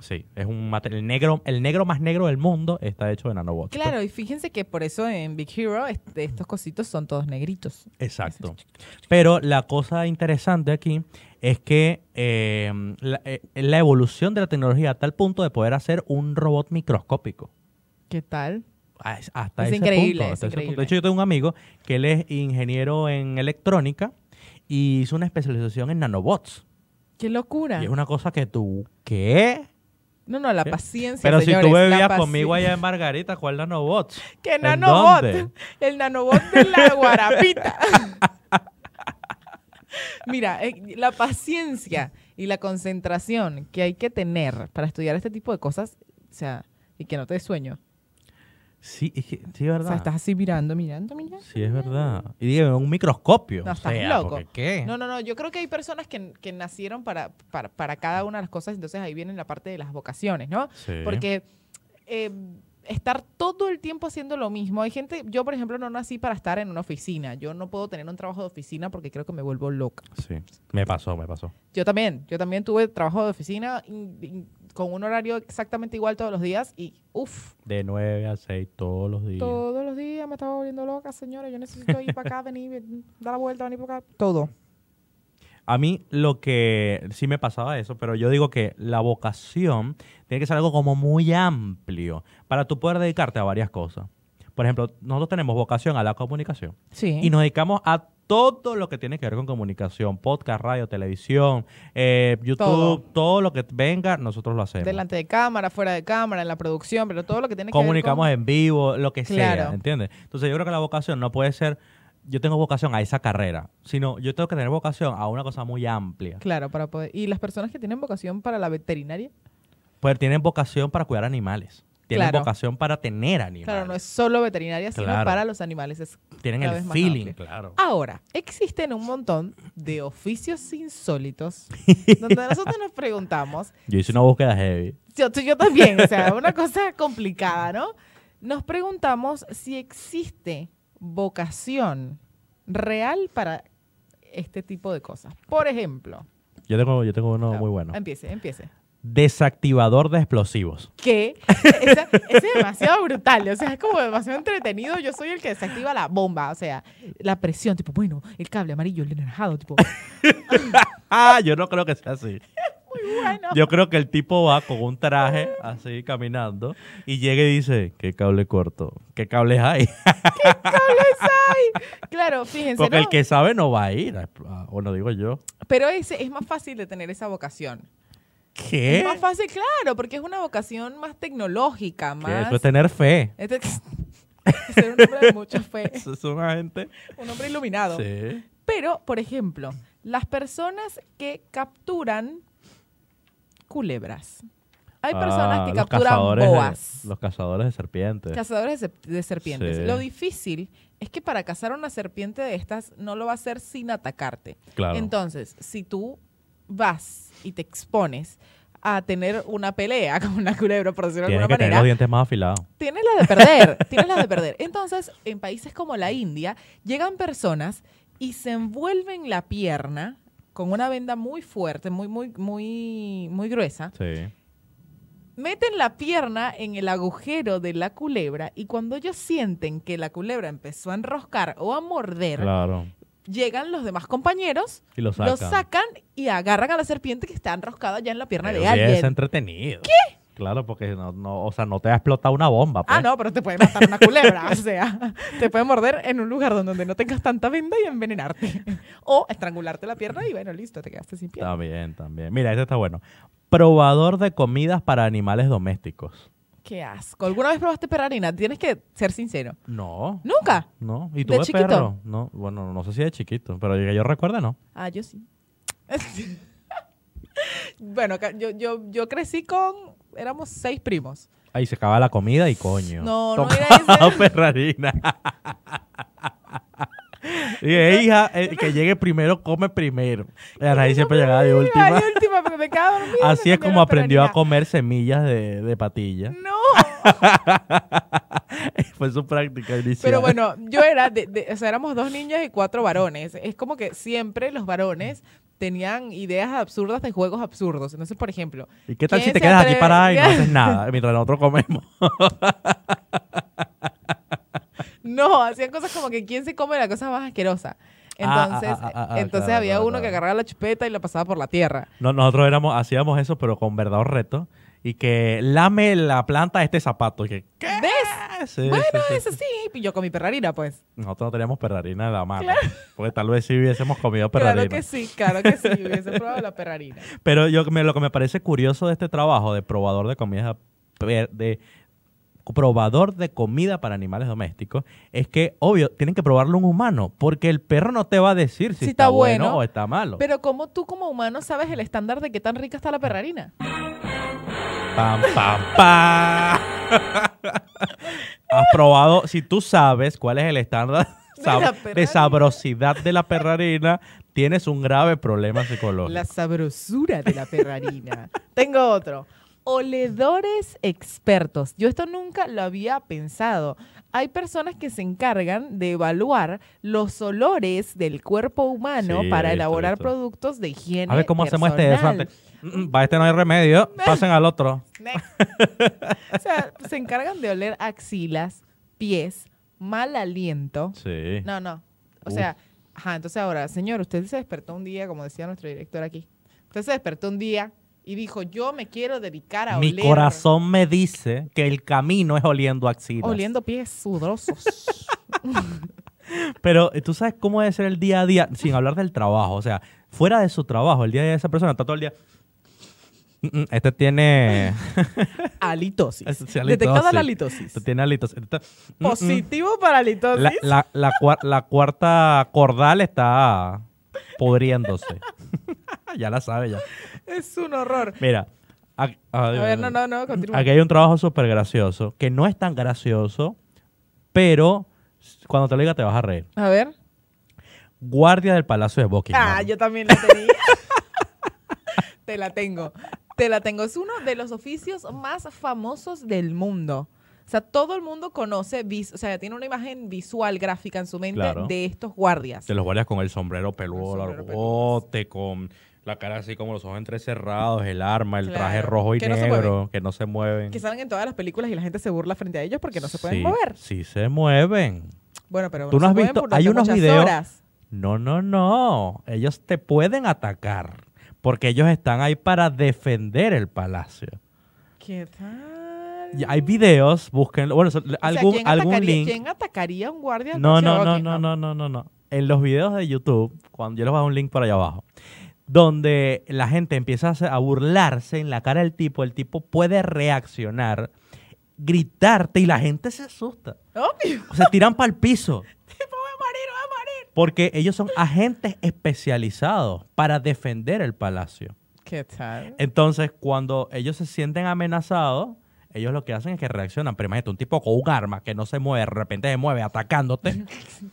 Speaker 1: Sí, es un material negro, el negro más negro del mundo está hecho de nanobots.
Speaker 2: Claro, y fíjense que por eso en Big Hero este, estos cositos son todos negritos.
Speaker 1: Exacto. Pero la cosa interesante aquí es que eh, la, eh, la evolución de la tecnología a tal punto de poder hacer un robot microscópico.
Speaker 2: ¿Qué tal?
Speaker 1: Ah, es- Hasta
Speaker 2: Es
Speaker 1: ese
Speaker 2: increíble,
Speaker 1: punto,
Speaker 2: es
Speaker 1: hasta ese punto.
Speaker 2: increíble.
Speaker 1: De hecho, yo tengo un amigo que él es ingeniero en electrónica y hizo una especialización en nanobots.
Speaker 2: ¡Qué locura!
Speaker 1: Y es una cosa que tú, ¿qué?
Speaker 2: No, no, la
Speaker 1: ¿Qué?
Speaker 2: paciencia,
Speaker 1: Pero si
Speaker 2: señores,
Speaker 1: tú
Speaker 2: la
Speaker 1: bebías
Speaker 2: paci-
Speaker 1: conmigo allá en Margarita, ¿cuál nanobots?
Speaker 2: ¡Qué
Speaker 1: ¿En
Speaker 2: nanobot!
Speaker 1: dónde?
Speaker 2: El nanobot
Speaker 1: [laughs]
Speaker 2: de la guarapita. Mira, eh, la paciencia y la concentración que hay que tener para estudiar este tipo de cosas, o sea, y que no te dé sueño.
Speaker 1: Sí, es que- sí, es
Speaker 2: O sea,
Speaker 1: verdad.
Speaker 2: estás así mirando, mirando, mirando.
Speaker 1: Sí, es verdad. Y dígame, un microscopio.
Speaker 2: No,
Speaker 1: o
Speaker 2: estás
Speaker 1: sea,
Speaker 2: loco.
Speaker 1: porque ¿Qué?
Speaker 2: No, no, no. Yo creo que hay personas que, que nacieron para, para, para cada una de las cosas, entonces ahí viene la parte de las vocaciones, ¿no?
Speaker 1: Sí.
Speaker 2: Porque eh, estar todo el tiempo haciendo lo mismo. Hay gente, yo por ejemplo no nací para estar en una oficina. Yo no puedo tener un trabajo de oficina porque creo que me vuelvo loca.
Speaker 1: Sí, me pasó, me pasó.
Speaker 2: Yo también, yo también tuve trabajo de oficina in- in- con un horario exactamente igual todos los días y uff,
Speaker 1: De 9 a 6 todos los días.
Speaker 2: todos los días me estaba volviendo loca, señora. Yo necesito ir para acá, [laughs] venir, dar la vuelta, venir para acá. Todo.
Speaker 1: A mí lo que sí me pasaba eso, pero yo digo que la vocación tiene que ser algo como muy amplio para tú poder dedicarte a varias cosas. Por ejemplo, nosotros tenemos vocación a la comunicación
Speaker 2: Sí.
Speaker 1: y nos dedicamos a todo lo que tiene que ver con comunicación, podcast, radio, televisión, eh, YouTube,
Speaker 2: Todo.
Speaker 1: todo. lo que venga, nosotros lo hacemos.
Speaker 2: Delante de cámara, fuera de cámara, en la producción, pero todo lo que tiene que ver con-
Speaker 1: comunicamos en vivo, lo que
Speaker 2: Claro.
Speaker 1: sea, ¿entiendes? Entonces yo creo que la vocación no puede ser, yo tengo vocación a esa carrera, sino yo tengo que tener vocación a una cosa muy amplia.
Speaker 2: Claro, para poder. Y las personas que tienen vocación para la veterinaria,
Speaker 1: Pues tienen vocación para cuidar animales, tienen
Speaker 2: Claro.
Speaker 1: vocación para tener animales,
Speaker 2: claro, no es solo veterinaria, sino
Speaker 1: Claro.
Speaker 2: para los animales. Es
Speaker 1: tienen
Speaker 2: cada
Speaker 1: el
Speaker 2: vez más
Speaker 1: feeling,
Speaker 2: amplio.
Speaker 1: claro.
Speaker 2: Ahora, existen un montón de oficios
Speaker 1: [laughs]
Speaker 2: insólitos donde nosotros nos preguntamos,
Speaker 1: Yo hice una búsqueda heavy.
Speaker 2: yo, yo también, o sea, una cosa complicada, ¿no? Nos preguntamos si existe vocación real para este tipo de cosas. Por ejemplo,
Speaker 1: Yo tengo, yo tengo uno muy bueno.
Speaker 2: Empiece, empiece.
Speaker 1: desactivador de explosivos. [laughs]
Speaker 2: que esa- ese es demasiado brutal, o sea, es como demasiado entretenido. Yo soy el que desactiva la bomba, o sea, la presión, tipo, bueno, el cable amarillo, el naranjado, tipo, [laughs]
Speaker 1: Ah, yo no creo que sea así.
Speaker 2: bueno.
Speaker 1: Yo creo que el tipo va con un traje así caminando y llega y dice, ¿qué cable corto? ¿Qué cables hay?
Speaker 2: Claro, fíjense,
Speaker 1: Porque el
Speaker 2: ¿no?
Speaker 1: que sabe no va a ir, a- a- o no digo yo.
Speaker 2: pero ese es más fácil de tener esa vocación. Es
Speaker 1: ¿Qué?
Speaker 2: más fácil, claro, porque es una vocación más tecnológica,
Speaker 1: Que
Speaker 2: más...
Speaker 1: Eso es tener fe.
Speaker 2: Este- [laughs] ser un hombre de mucha fe,
Speaker 1: Eso es una gente...
Speaker 2: un hombre iluminado.
Speaker 1: Sí.
Speaker 2: Pero, por ejemplo, las personas que capturan culebras. Hay personas
Speaker 1: Ah,
Speaker 2: que
Speaker 1: los
Speaker 2: capturan
Speaker 1: cazadores de-
Speaker 2: boas,
Speaker 1: los cazadores de serpientes.
Speaker 2: cazadores de, sep- de serpientes.
Speaker 1: Sí.
Speaker 2: Lo difícil es que para cazar una serpiente de estas no lo va a hacer sin atacarte.
Speaker 1: Claro.
Speaker 2: Entonces, si tú vas y te expones a tener una pelea [laughs] con una culebra, por decirlo de
Speaker 1: Tienen que
Speaker 2: alguna
Speaker 1: tener los
Speaker 2: manera,
Speaker 1: dientes más afilados.
Speaker 2: Tienes la
Speaker 1: [laughs]
Speaker 2: de perder, tienes la de perder. Entonces, en países como la India, llegan personas y se envuelven la pierna con una venda muy fuerte, muy, muy, muy, muy gruesa.
Speaker 1: Sí.
Speaker 2: Meten la pierna en el agujero de la culebra y cuando ellos sienten que la culebra empezó a enroscar o a morder,
Speaker 1: Claro.
Speaker 2: llegan los demás compañeros,
Speaker 1: Y lo sacan.
Speaker 2: los sacan y agarran a la serpiente que está enroscada ya en la pierna
Speaker 1: Pero
Speaker 2: de
Speaker 1: sí, es
Speaker 2: alguien.
Speaker 1: entretenido. ¿Qué? Claro, porque no, no, o sea, no te ha explotado una bomba. pues.
Speaker 2: Ah, no, pero te puede matar una culebra. [laughs] o sea, te puede morder en un lugar donde- donde no tengas tanta venda y envenenarte. [laughs] O estrangularte la pierna y bueno, listo, te quedaste sin pierna.
Speaker 1: También, también. Mira, este está bueno. Probador de comidas para animales domésticos.
Speaker 2: Qué asco. ¿Alguna vez probaste perrarina? Tienes que ser sincero.
Speaker 1: No.
Speaker 2: ¿Nunca?
Speaker 1: No. ¿Y tú
Speaker 2: ¿De
Speaker 1: de
Speaker 2: chiquito?
Speaker 1: perro? No. Bueno, no sé si de chiquito, pero que yo recuerdo, no.
Speaker 2: Ah, yo sí. [laughs] bueno, ca- yo, yo, yo crecí con... Éramos seis primos.
Speaker 1: Ahí se acaba la comida y coño.
Speaker 2: No,
Speaker 1: [laughs]
Speaker 2: no
Speaker 1: Tocaba
Speaker 2: era ese.
Speaker 1: perrarina. Y eh, hija, el que llegue primero, come
Speaker 2: [laughs]
Speaker 1: primero. Y ahí siempre llegaba de
Speaker 2: Ay,
Speaker 1: última.
Speaker 2: última, porque me quedaba dormida,
Speaker 1: Así
Speaker 2: me
Speaker 1: es
Speaker 2: comía
Speaker 1: como
Speaker 2: la
Speaker 1: aprendió a
Speaker 2: perrarina.
Speaker 1: comer semillas de, de patilla. [laughs]
Speaker 2: No.
Speaker 1: Fue su práctica inicial.
Speaker 2: Pero bueno, yo era, de, de- o sea, éramos dos niñas y cuatro varones. Es como que siempre los varones tenían ideas absurdas de juegos absurdos. Entonces, por ejemplo,
Speaker 1: ¿Y qué tal
Speaker 2: ¿quién
Speaker 1: si te
Speaker 2: se
Speaker 1: quedas
Speaker 2: atreve-
Speaker 1: aquí parada y no haces nada mientras
Speaker 2: [laughs]
Speaker 1: nosotros comemos?
Speaker 2: no, hacían cosas como que quién se come la cosa más asquerosa.
Speaker 1: Ah,
Speaker 2: Entonces,
Speaker 1: ah, ah, ah, ah,
Speaker 2: entonces
Speaker 1: claro,
Speaker 2: había
Speaker 1: claro,
Speaker 2: uno
Speaker 1: claro.
Speaker 2: que agarraba la chupeta y la pasaba por la tierra.
Speaker 1: No, nosotros éramos, hacíamos eso, pero con verdadero reto. Y que lame la planta de este zapato. Y que, ¿qué?
Speaker 2: ¿Ves?
Speaker 1: Sí,
Speaker 2: bueno,
Speaker 1: sí, sí,
Speaker 2: eso
Speaker 1: sí.
Speaker 2: sí. Y yo con mi perrarina, pues.
Speaker 1: Nosotros no teníamos perrarina en la mano. Porque tal vez sí hubiésemos comido perrarina.
Speaker 2: Claro que sí, claro que sí. Hubiese probado la perrarina.
Speaker 1: [laughs] Pero yo, me- lo que me parece curioso de este trabajo de probador de comida, per- de probador de comida para animales domésticos, es que, obvio, tienen que probarlo un humano, porque el perro no te va a decir si,
Speaker 2: Si
Speaker 1: está,
Speaker 2: está
Speaker 1: bueno,
Speaker 2: bueno,
Speaker 1: o está malo.
Speaker 2: Pero ¿cómo tú como humano sabes el estándar de qué tan rica está la perrarina?
Speaker 1: Pam, pam, pam. Has probado, si tú sabes cuál es el estándar
Speaker 2: De
Speaker 1: sab-
Speaker 2: la
Speaker 1: de,
Speaker 2: perrarina.
Speaker 1: sabrosidad de la perrarina, tienes un grave problema psicológico.
Speaker 2: La sabrosura de
Speaker 1: [laughs]
Speaker 2: la perrarina. Tengo otro. Oledores expertos. Yo esto nunca lo había pensado. Hay personas que se encargan de evaluar los olores del cuerpo humano
Speaker 1: Sí, he visto,
Speaker 2: para
Speaker 1: he
Speaker 2: elaborar
Speaker 1: visto.
Speaker 2: productos de higiene.
Speaker 1: A ver cómo hacemos este
Speaker 2: personal.
Speaker 1: desante. Mm, mm, Para este no hay remedio, pasen al otro.
Speaker 2: Next. [laughs] o sea, se encargan de oler axilas, pies, mal aliento.
Speaker 1: Sí.
Speaker 2: No, no. O
Speaker 1: Uf.
Speaker 2: sea, ajá, entonces ahora, señor, usted se despertó un día, como decía nuestro director aquí. Usted se despertó un día y dijo, yo me quiero dedicar a
Speaker 1: Mi
Speaker 2: oler-
Speaker 1: corazón me dice que el camino es oliendo axilas.
Speaker 2: Oliendo pies
Speaker 1: [laughs]
Speaker 2: sudorosos.
Speaker 1: Pero eh, tú sabes cómo debe ser el día a día, sin hablar del trabajo. O sea, fuera de su trabajo, el día a día de esa persona está todo el día. "Mm, mm, Este
Speaker 2: [laughs]
Speaker 1: tiene.
Speaker 2: halitosis.
Speaker 1: Eso sí,
Speaker 2: Detectada la
Speaker 1: halitosis.
Speaker 2: halitosis.
Speaker 1: Este tiene alitos. Este está- "Mm, mm".
Speaker 2: Positivo para halitosis.
Speaker 1: La, la- la cua- la cuarta cordal está podriéndose. [laughs] ya la sabe ya.
Speaker 2: Es un horror.
Speaker 1: Mira. A,
Speaker 2: A ver, no, no, no, continúa.
Speaker 1: Aquí hay un trabajo súper gracioso, que no es tan gracioso, pero cuando te lo diga te vas a reír.
Speaker 2: A ver.
Speaker 1: Guardia del Palacio de Buckingham.
Speaker 2: Ah, yo también la tenía. [laughs] Te la tengo. Te la tengo. Es uno de los oficios más famosos del mundo. O sea, todo el mundo conoce, vis- o sea, tiene una imagen visual, gráfica en su mente
Speaker 1: Claro.
Speaker 2: de estos guardias.
Speaker 1: De los guardias con el sombrero peludo,
Speaker 2: El sombrero
Speaker 1: largote, con la cara así como los ojos entrecerrados, el arma, el
Speaker 2: Claro.
Speaker 1: traje rojo y
Speaker 2: Que no se
Speaker 1: negro, que no se mueven.
Speaker 2: Que salen en todas las películas y la gente se burla frente a ellos porque no se pueden
Speaker 1: Sí,
Speaker 2: mover.
Speaker 1: Sí, se mueven.
Speaker 2: Bueno, pero
Speaker 1: Tú no
Speaker 2: se
Speaker 1: has
Speaker 2: pueden
Speaker 1: visto-
Speaker 2: burlar
Speaker 1: hay
Speaker 2: por
Speaker 1: unos
Speaker 2: muchas
Speaker 1: videos-
Speaker 2: horas.
Speaker 1: No, no, no. Ellos te pueden atacar. Porque ellos están ahí para defender el palacio.
Speaker 2: ¿Qué tal?
Speaker 1: Y hay videos, búsquenlo. Bueno, so-
Speaker 2: O sea,
Speaker 1: algún,
Speaker 2: ¿quién
Speaker 1: algún
Speaker 2: atacaría,
Speaker 1: link.
Speaker 2: ¿Quién atacaría a un guardia?
Speaker 1: No, no, no, no, no, no, no, no. En los videos de YouTube, cuando yo les voy a dar un link por allá abajo, donde la gente empieza a hacer- a burlarse en la cara del tipo, el tipo puede reaccionar, gritarte y la gente se asusta.
Speaker 2: [laughs] Obvio.
Speaker 1: O sea, tiran para el piso.
Speaker 2: Voy a morir, voy a morir.
Speaker 1: Porque ellos son agentes especializados para defender el palacio.
Speaker 2: ¿Qué tal?
Speaker 1: Entonces, cuando ellos se sienten amenazados, ellos lo que hacen es que reaccionan. Pero imagínate, un tipo con un arma que no se mueve, de repente se mueve
Speaker 2: [laughs]
Speaker 1: atacándote.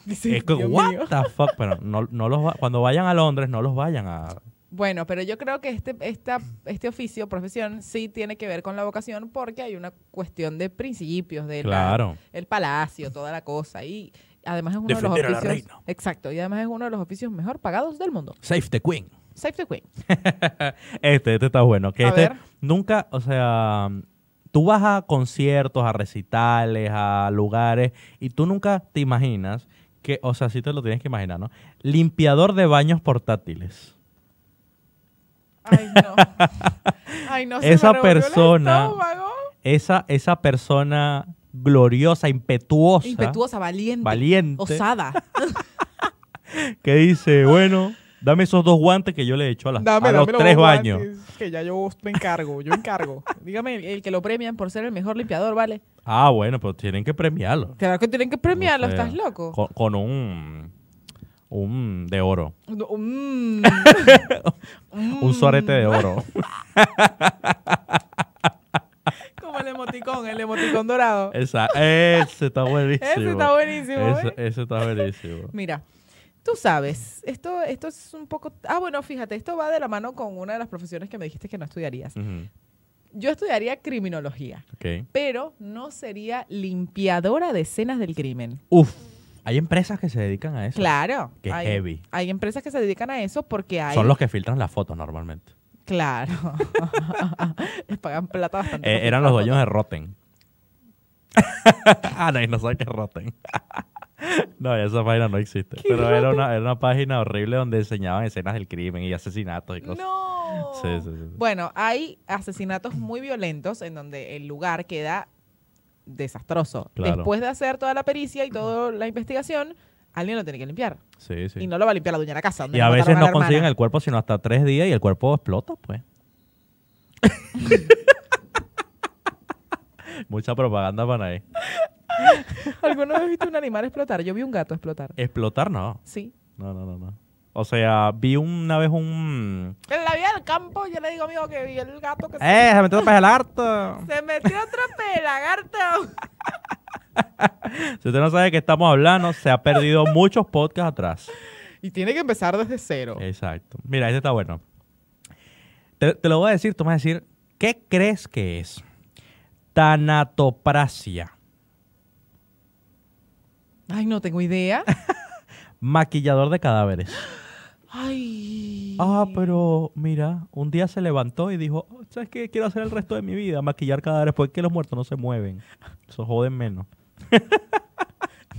Speaker 2: Dice,
Speaker 1: es que,
Speaker 2: Dios
Speaker 1: what
Speaker 2: mío.
Speaker 1: the fuck? Pero no, no los va- cuando vayan a Londres, no los vayan a...
Speaker 2: Bueno, pero yo creo que este, esta, este oficio, profesión, sí tiene que ver con la vocación porque hay una cuestión de principios, de la-
Speaker 1: Claro.
Speaker 2: el palacio, toda la cosa. Y además es uno
Speaker 1: Defender a
Speaker 2: de
Speaker 1: la
Speaker 2: los oficios.
Speaker 1: reina.
Speaker 2: Exacto, y además es uno de los oficios mejor pagados del mundo.
Speaker 1: Save the Queen.
Speaker 2: Save the Queen.
Speaker 1: Este, este está bueno. Que
Speaker 2: A
Speaker 1: este
Speaker 2: ver.
Speaker 1: nunca, o sea, tú vas a conciertos, a recitales, a lugares, y tú nunca te imaginas que, o sea, sí te lo tienes que imaginar, ¿no? Limpiador de baños portátiles.
Speaker 2: Ay, no. [laughs] Ay, no. se me
Speaker 1: Esa
Speaker 2: revolvió el
Speaker 1: persona-
Speaker 2: estómago.
Speaker 1: Esa, esa persona gloriosa, impetuosa,
Speaker 2: Impetuosa, valiente.
Speaker 1: valiente,
Speaker 2: Osada.
Speaker 1: que dice, bueno, dame esos dos guantes que yo le he hecho a, las- a los tres baños.
Speaker 2: [laughs] Que ya yo me encargo, yo encargo. Dígame, el, el que lo premian por ser el mejor limpiador, ¿vale?
Speaker 1: Ah, bueno, pero tienen que premiarlo.
Speaker 2: Claro que tienen que premiarlo,
Speaker 1: O sea,
Speaker 2: ¿estás loco?
Speaker 1: Con, con un, un de oro.
Speaker 2: No, mm.
Speaker 1: [laughs] Un
Speaker 2: Mm.
Speaker 1: sorete de
Speaker 2: [laughs]
Speaker 1: oro. [laughs]
Speaker 2: Como el emoticón, el
Speaker 1: [laughs]
Speaker 2: emoticón dorado.
Speaker 1: Esa, ese está buenísimo.
Speaker 2: Ese está buenísimo. ¿eh?
Speaker 1: Ese, ese está buenísimo.
Speaker 2: Mira, tú sabes, esto, esto es un poco... Ah, bueno, fíjate, esto va de la mano con una de las profesiones que me dijiste que no estudiarías.
Speaker 1: Ujú,
Speaker 2: Yo estudiaría criminología,
Speaker 1: ok.
Speaker 2: pero no sería limpiadora de escenas del crimen.
Speaker 1: Uf, hay empresas que se dedican a eso.
Speaker 2: Claro.
Speaker 1: Qué
Speaker 2: hay,
Speaker 1: heavy.
Speaker 2: Hay empresas que se dedican a eso porque hay...
Speaker 1: Son los que filtran las fotos normalmente.
Speaker 2: [laughs] Claro. [laughs] Les pagan plata bastante.
Speaker 1: Eh, eran los dueños de Rotten. [laughs] ah, no, y no saben qué es Rotten. [laughs] no, esa página no existe.
Speaker 2: ¿Qué
Speaker 1: Pero era
Speaker 2: Rotten?
Speaker 1: una, era una página horrible donde enseñaban escenas del crimen y asesinatos y cosas.
Speaker 2: No.
Speaker 1: Sí, sí, sí, sí.
Speaker 2: Bueno, hay asesinatos muy violentos en donde el lugar queda desastroso.
Speaker 1: Claro.
Speaker 2: Después de hacer toda la pericia y toda la investigación, alguien lo tiene que limpiar.
Speaker 1: Sí, sí.
Speaker 2: Y no lo va a limpiar la dueña de la casa. donde
Speaker 1: Y
Speaker 2: le
Speaker 1: a
Speaker 2: mataron
Speaker 1: veces
Speaker 2: la
Speaker 1: no
Speaker 2: hermana.
Speaker 1: consiguen el cuerpo sino hasta tres días y el cuerpo explota, pues. Mucha propaganda para ahí.
Speaker 2: ¿Alguna vez viste un animal explotar? Yo vi un gato explotar.
Speaker 1: Explotar no.
Speaker 2: Sí.
Speaker 1: No, no, no, no. O sea, vi una vez un...
Speaker 2: En la vida del campo, yo le digo, amigo, que vi el gato que se-
Speaker 1: ¡Eh! ¡Se metió para el harto!
Speaker 2: se metió otra pe lagarto.
Speaker 1: Si usted no sabe de qué estamos hablando, se ha perdido muchos podcasts atrás.
Speaker 2: Y tiene que empezar desde cero.
Speaker 1: Exacto. Mira, este está bueno. Te, te lo voy a decir, tú me vas a decir, ¿qué crees que es? Tanatopracia.
Speaker 2: Ay, no tengo idea.
Speaker 1: Maquillador de cadáveres.
Speaker 2: Ay.
Speaker 1: Ah, pero mira, un día se levantó y dijo, "Oh, ¿sabes qué? Quiero hacer el resto de mi vida, maquillar cadáveres, porque los muertos no se mueven. Eso joden menos.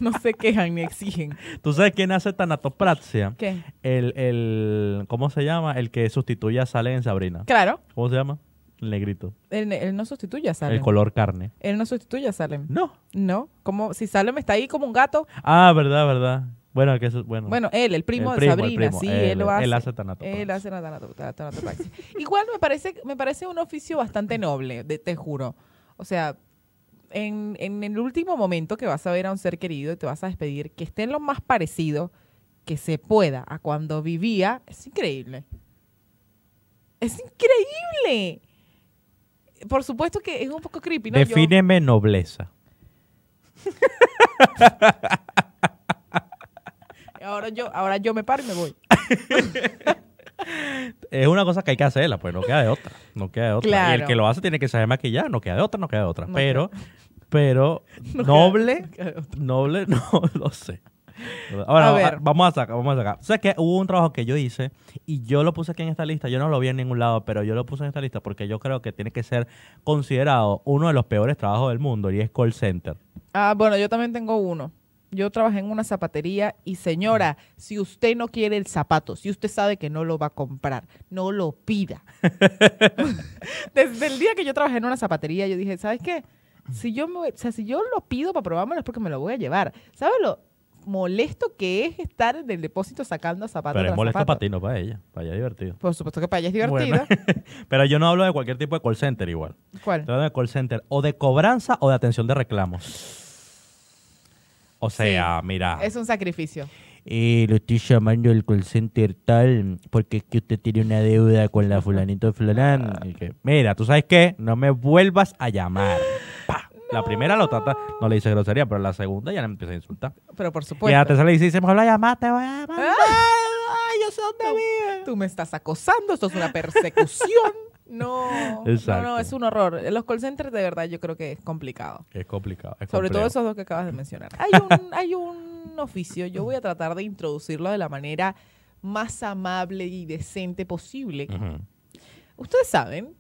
Speaker 2: No se quejan ni exigen.
Speaker 1: ¿Tú sabes quién hace tanatopraxia?
Speaker 2: ¿Qué?
Speaker 1: El, el, ¿cómo se llama? El que sustituye a Salen en Sabrina.
Speaker 2: Claro,
Speaker 1: ¿Cómo se llama? El negrito.
Speaker 2: él, él no sustituye a Salem.
Speaker 1: El color carne.
Speaker 2: Él no sustituye a Salem.
Speaker 1: No.
Speaker 2: No, como si Salem está ahí como un gato.
Speaker 1: Ah, verdad, verdad. Bueno, que eso, bueno.
Speaker 2: Bueno, él, el primo,
Speaker 1: El
Speaker 2: de
Speaker 1: primo, el
Speaker 2: Sabrina,
Speaker 1: primo.
Speaker 2: sí,
Speaker 1: Él-
Speaker 2: él, lo hace.
Speaker 1: él hace pues. tanatopraxia.
Speaker 2: Él hace la tanato- la tanatopraxia. [laughs] Igual me parece, me parece un oficio bastante noble, de- te juro. O sea, en, en el último momento que vas a ver a un ser querido y te vas a despedir, que esté lo más parecido que se pueda a cuando vivía, es increíble. Es increíble. Por supuesto que es un poco creepy, ¿no? Yo-
Speaker 1: Defíneme nobleza.
Speaker 2: ahora, yo, ahora yo me paro y me voy.
Speaker 1: Es una cosa que hay que hacerla, pues no queda de otra. No queda de otra. Y el
Speaker 2: Claro.
Speaker 1: que lo hace tiene que saber maquillar, no queda de otra, no queda de otra.
Speaker 2: [laughs] No
Speaker 1: pero, pero,
Speaker 2: No queda-
Speaker 1: noble, [laughs]
Speaker 2: no queda de otra.
Speaker 1: noble, no lo sé. Ahora,
Speaker 2: A ver.
Speaker 1: vamos a sacar, vamos a sacar. Sé que hubo un trabajo que yo hice y yo lo puse aquí en esta lista. Yo no lo vi en ningún lado, pero yo lo puse en esta lista porque yo creo que tiene que ser considerado uno de los peores trabajos del mundo y es call center.
Speaker 2: Ah, bueno, yo también tengo uno. Yo trabajé en una zapatería y señora, si usted no quiere el zapato, si usted sabe que no lo va a comprar, no lo
Speaker 1: [laughs]
Speaker 2: pida. Desde el día que yo trabajé en una zapatería, yo dije, ¿sabes qué? Si yo, me voy- o sea, si yo lo pido para probármelo es porque me lo voy a llevar. ¿Sabes lo molesto que es estar en el depósito sacando zapatos?
Speaker 1: pero es molesto para ti, no para ella. Para ella es divertido.
Speaker 2: Por supuesto que para ella es divertido.
Speaker 1: Bueno. [laughs] pero yo no hablo de cualquier tipo de call center igual.
Speaker 2: ¿Cuál?
Speaker 1: Estoy hablando de call center o de cobranza o de atención de reclamos. O sea, mira.
Speaker 2: Es un sacrificio.
Speaker 1: Eh, lo estoy llamando el call center tal porque es que usted tiene una deuda con la fulanito fulán.
Speaker 2: Ah.
Speaker 1: Y que, Mira, ¿tú sabes qué? No me vuelvas a llamar. Pa. La primera lo trata, no le dice grosería, pero la segunda ya le empieza a insultar.
Speaker 2: Pero por
Speaker 1: y a la
Speaker 2: supuesto.
Speaker 1: tercera le dice, si me la llamaste, voy a
Speaker 2: Ah.
Speaker 1: mandar. Ay, yo sé dónde vive.
Speaker 2: ¿Eh? Tú me estás acosando, esto es una persecución. [laughs] No,
Speaker 1: Exacto.
Speaker 2: no, no, es un horror. Los call centers de verdad yo creo que es complicado.
Speaker 1: Es complicado. es
Speaker 2: Sobre todo
Speaker 1: complejo.
Speaker 2: esos dos que acabas de mencionar. [laughs] Hay un, hay un oficio, yo voy a tratar de introducirlo de la manera más amable y decente posible.
Speaker 1: Ujú,
Speaker 2: Ustedes saben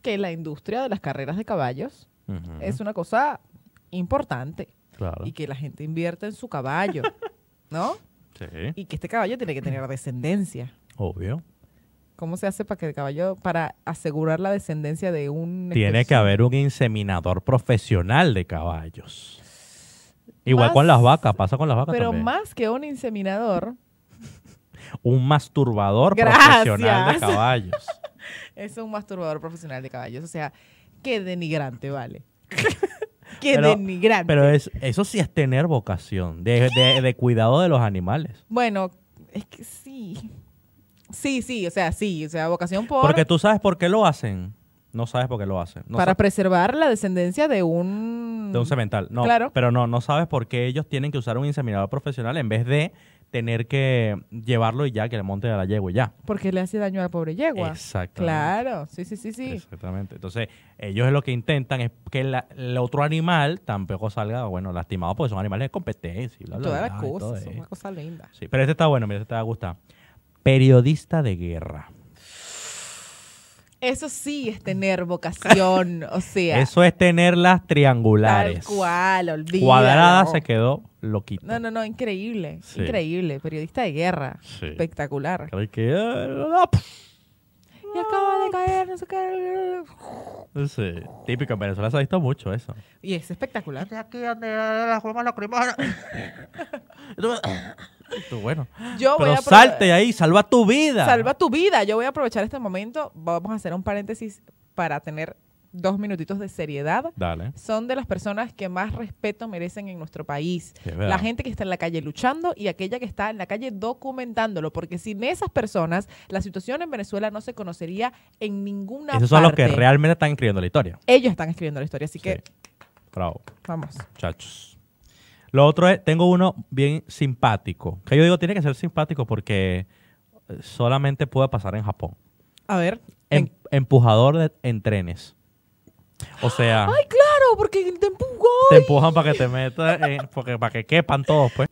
Speaker 2: que la industria de las carreras de caballos
Speaker 1: ujú,
Speaker 2: es una cosa importante
Speaker 1: Claro.
Speaker 2: y que la gente invierte en su caballo,
Speaker 1: [laughs]
Speaker 2: ¿no?
Speaker 1: Sí,
Speaker 2: Y que este caballo tiene que tener descendencia.
Speaker 1: obvio.
Speaker 2: ¿Cómo se hace para que el caballo, para asegurar la descendencia de un...
Speaker 1: Tiene que
Speaker 2: especie?
Speaker 1: haber un inseminador profesional de caballos. Igual
Speaker 2: Más-
Speaker 1: con las vacas, pasa con las vacas
Speaker 2: Pero
Speaker 1: también.
Speaker 2: más que un inseminador, [laughs]
Speaker 1: un masturbador
Speaker 2: Gracias.
Speaker 1: profesional de
Speaker 2: [laughs]
Speaker 1: caballos.
Speaker 2: es un masturbador profesional de caballos. O sea, qué denigrante, vale. [laughs] qué
Speaker 1: Pero-
Speaker 2: denigrante.
Speaker 1: Pero es, eso sí es tener vocación de, de- de cuidado de los animales.
Speaker 2: Bueno, es que sí. Sí, sí, o sea, sí, o sea, vocación por...
Speaker 1: Porque tú sabes por qué lo hacen. No sabes por qué lo hacen. No
Speaker 2: para
Speaker 1: sa-
Speaker 2: preservar la descendencia de un...
Speaker 1: de un semental. No,
Speaker 2: Claro.
Speaker 1: Pero no, no sabes por qué ellos tienen que usar un inseminador profesional en vez de tener que llevarlo y ya, que le monte a la yegua y ya.
Speaker 2: Porque le hace daño a la pobre yegua.
Speaker 1: Exactamente.
Speaker 2: Claro, sí, sí, sí, sí.
Speaker 1: Exactamente. Entonces, ellos lo que intentan es que la- el otro animal tampoco salga, bueno, lastimado porque son animales de competencia. y bla, bla,
Speaker 2: Todas las
Speaker 1: bla, y todo
Speaker 2: cosas, es
Speaker 1: eso.
Speaker 2: una cosa linda.
Speaker 1: Sí, pero este está bueno, mira, este te va a gustar. Periodista de guerra.
Speaker 2: Eso sí es tener vocación,
Speaker 1: [laughs]
Speaker 2: o sea,
Speaker 1: Eso es tener las
Speaker 2: tal
Speaker 1: triangulares.
Speaker 2: cual, olvídalo.
Speaker 1: Cuadrada se quedó loquito.
Speaker 2: No, no, no, increíble,
Speaker 1: Sí.
Speaker 2: increíble, periodista de guerra, espectacular.
Speaker 1: Creo que- ah, pf,
Speaker 2: Y acaba de caer, no sé qué.
Speaker 1: no sé. Típico en Venezuela se ha visto mucho eso.
Speaker 2: Y es espectacular.
Speaker 1: aquí donde las formas [coughs] Tú, bueno.
Speaker 2: Yo voy
Speaker 1: Pero
Speaker 2: a aprove-
Speaker 1: salte de ahí, salva tu vida.
Speaker 2: Salva tu vida. Yo voy a aprovechar este momento. Vamos a hacer un paréntesis para tener dos minutitos de seriedad.
Speaker 1: Dale.
Speaker 2: Son de las personas que más respeto merecen en nuestro país.
Speaker 1: Sí, es verdad.
Speaker 2: La gente que está en la calle luchando y aquella que está en la calle documentándolo, porque sin esas personas la situación en Venezuela no se conocería en ninguna
Speaker 1: Esos son
Speaker 2: parte.
Speaker 1: los que realmente están escribiendo la historia.
Speaker 2: Ellos están escribiendo la historia, así que
Speaker 1: Sí. Bravo.
Speaker 2: vamos.
Speaker 1: muchachos. Lo otro es, tengo uno bien simpático. Que yo digo, tiene que ser simpático porque eh, solamente puede pasar en Japón.
Speaker 2: A ver.
Speaker 1: Em- empujador de- en trenes. O sea,
Speaker 2: Ay, claro, porque te empujó.
Speaker 1: Ah. te em- empujan para que te metas, eh, porque, para que quepan todos, pues.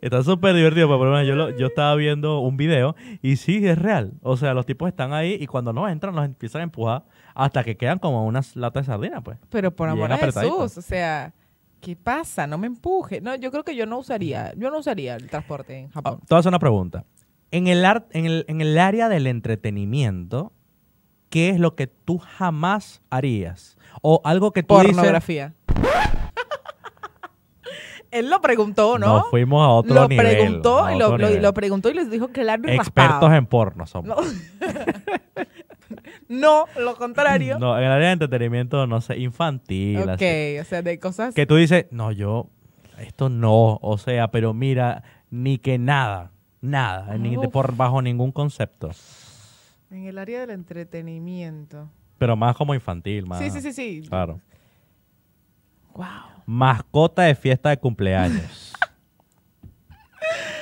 Speaker 1: Está súper divertido, pero por lo menos yo, lo- yo estaba viendo un video y sí, es real. O sea, los tipos están ahí y cuando no entran, los empiezan a empujar hasta que quedan como unas latas de sardina, pues.
Speaker 2: Pero por
Speaker 1: Bien
Speaker 2: amor a
Speaker 1: apretadito.
Speaker 2: Jesús, o sea, ¿qué pasa? No me empuje. No, yo creo que yo no usaría, yo no usaría el transporte en
Speaker 1: Ah,
Speaker 2: Japón.
Speaker 1: te voy a hacer una pregunta. En el, ar- en, el, en el área del entretenimiento, ¿qué es lo que tú jamás harías? O algo que tú dices...
Speaker 2: Pornografía. [laughs] Él lo preguntó, ¿no?
Speaker 1: Nos fuimos a otro
Speaker 2: lo
Speaker 1: nivel.
Speaker 2: preguntó,
Speaker 1: a
Speaker 2: y lo,
Speaker 1: otro
Speaker 2: lo-
Speaker 1: nivel.
Speaker 2: lo preguntó y les dijo claro y
Speaker 1: Expertos
Speaker 2: raspado.
Speaker 1: en porno somos.
Speaker 2: No. no, lo contrario.
Speaker 1: [laughs] No, en el área de entretenimiento, no sé, infantil.
Speaker 2: ok,
Speaker 1: así.
Speaker 2: o sea, de cosas.
Speaker 1: Que tú dices, no, yo, esto no, o sea, pero mira, ni que nada, nada, ni de
Speaker 2: Uf.
Speaker 1: por bajo ningún concepto.
Speaker 2: En el área del entretenimiento.
Speaker 1: Pero más como infantil, más.
Speaker 2: Sí, sí, sí, sí.
Speaker 1: Ah, Claro.
Speaker 2: Wow.
Speaker 1: Mascota de fiesta de cumpleaños.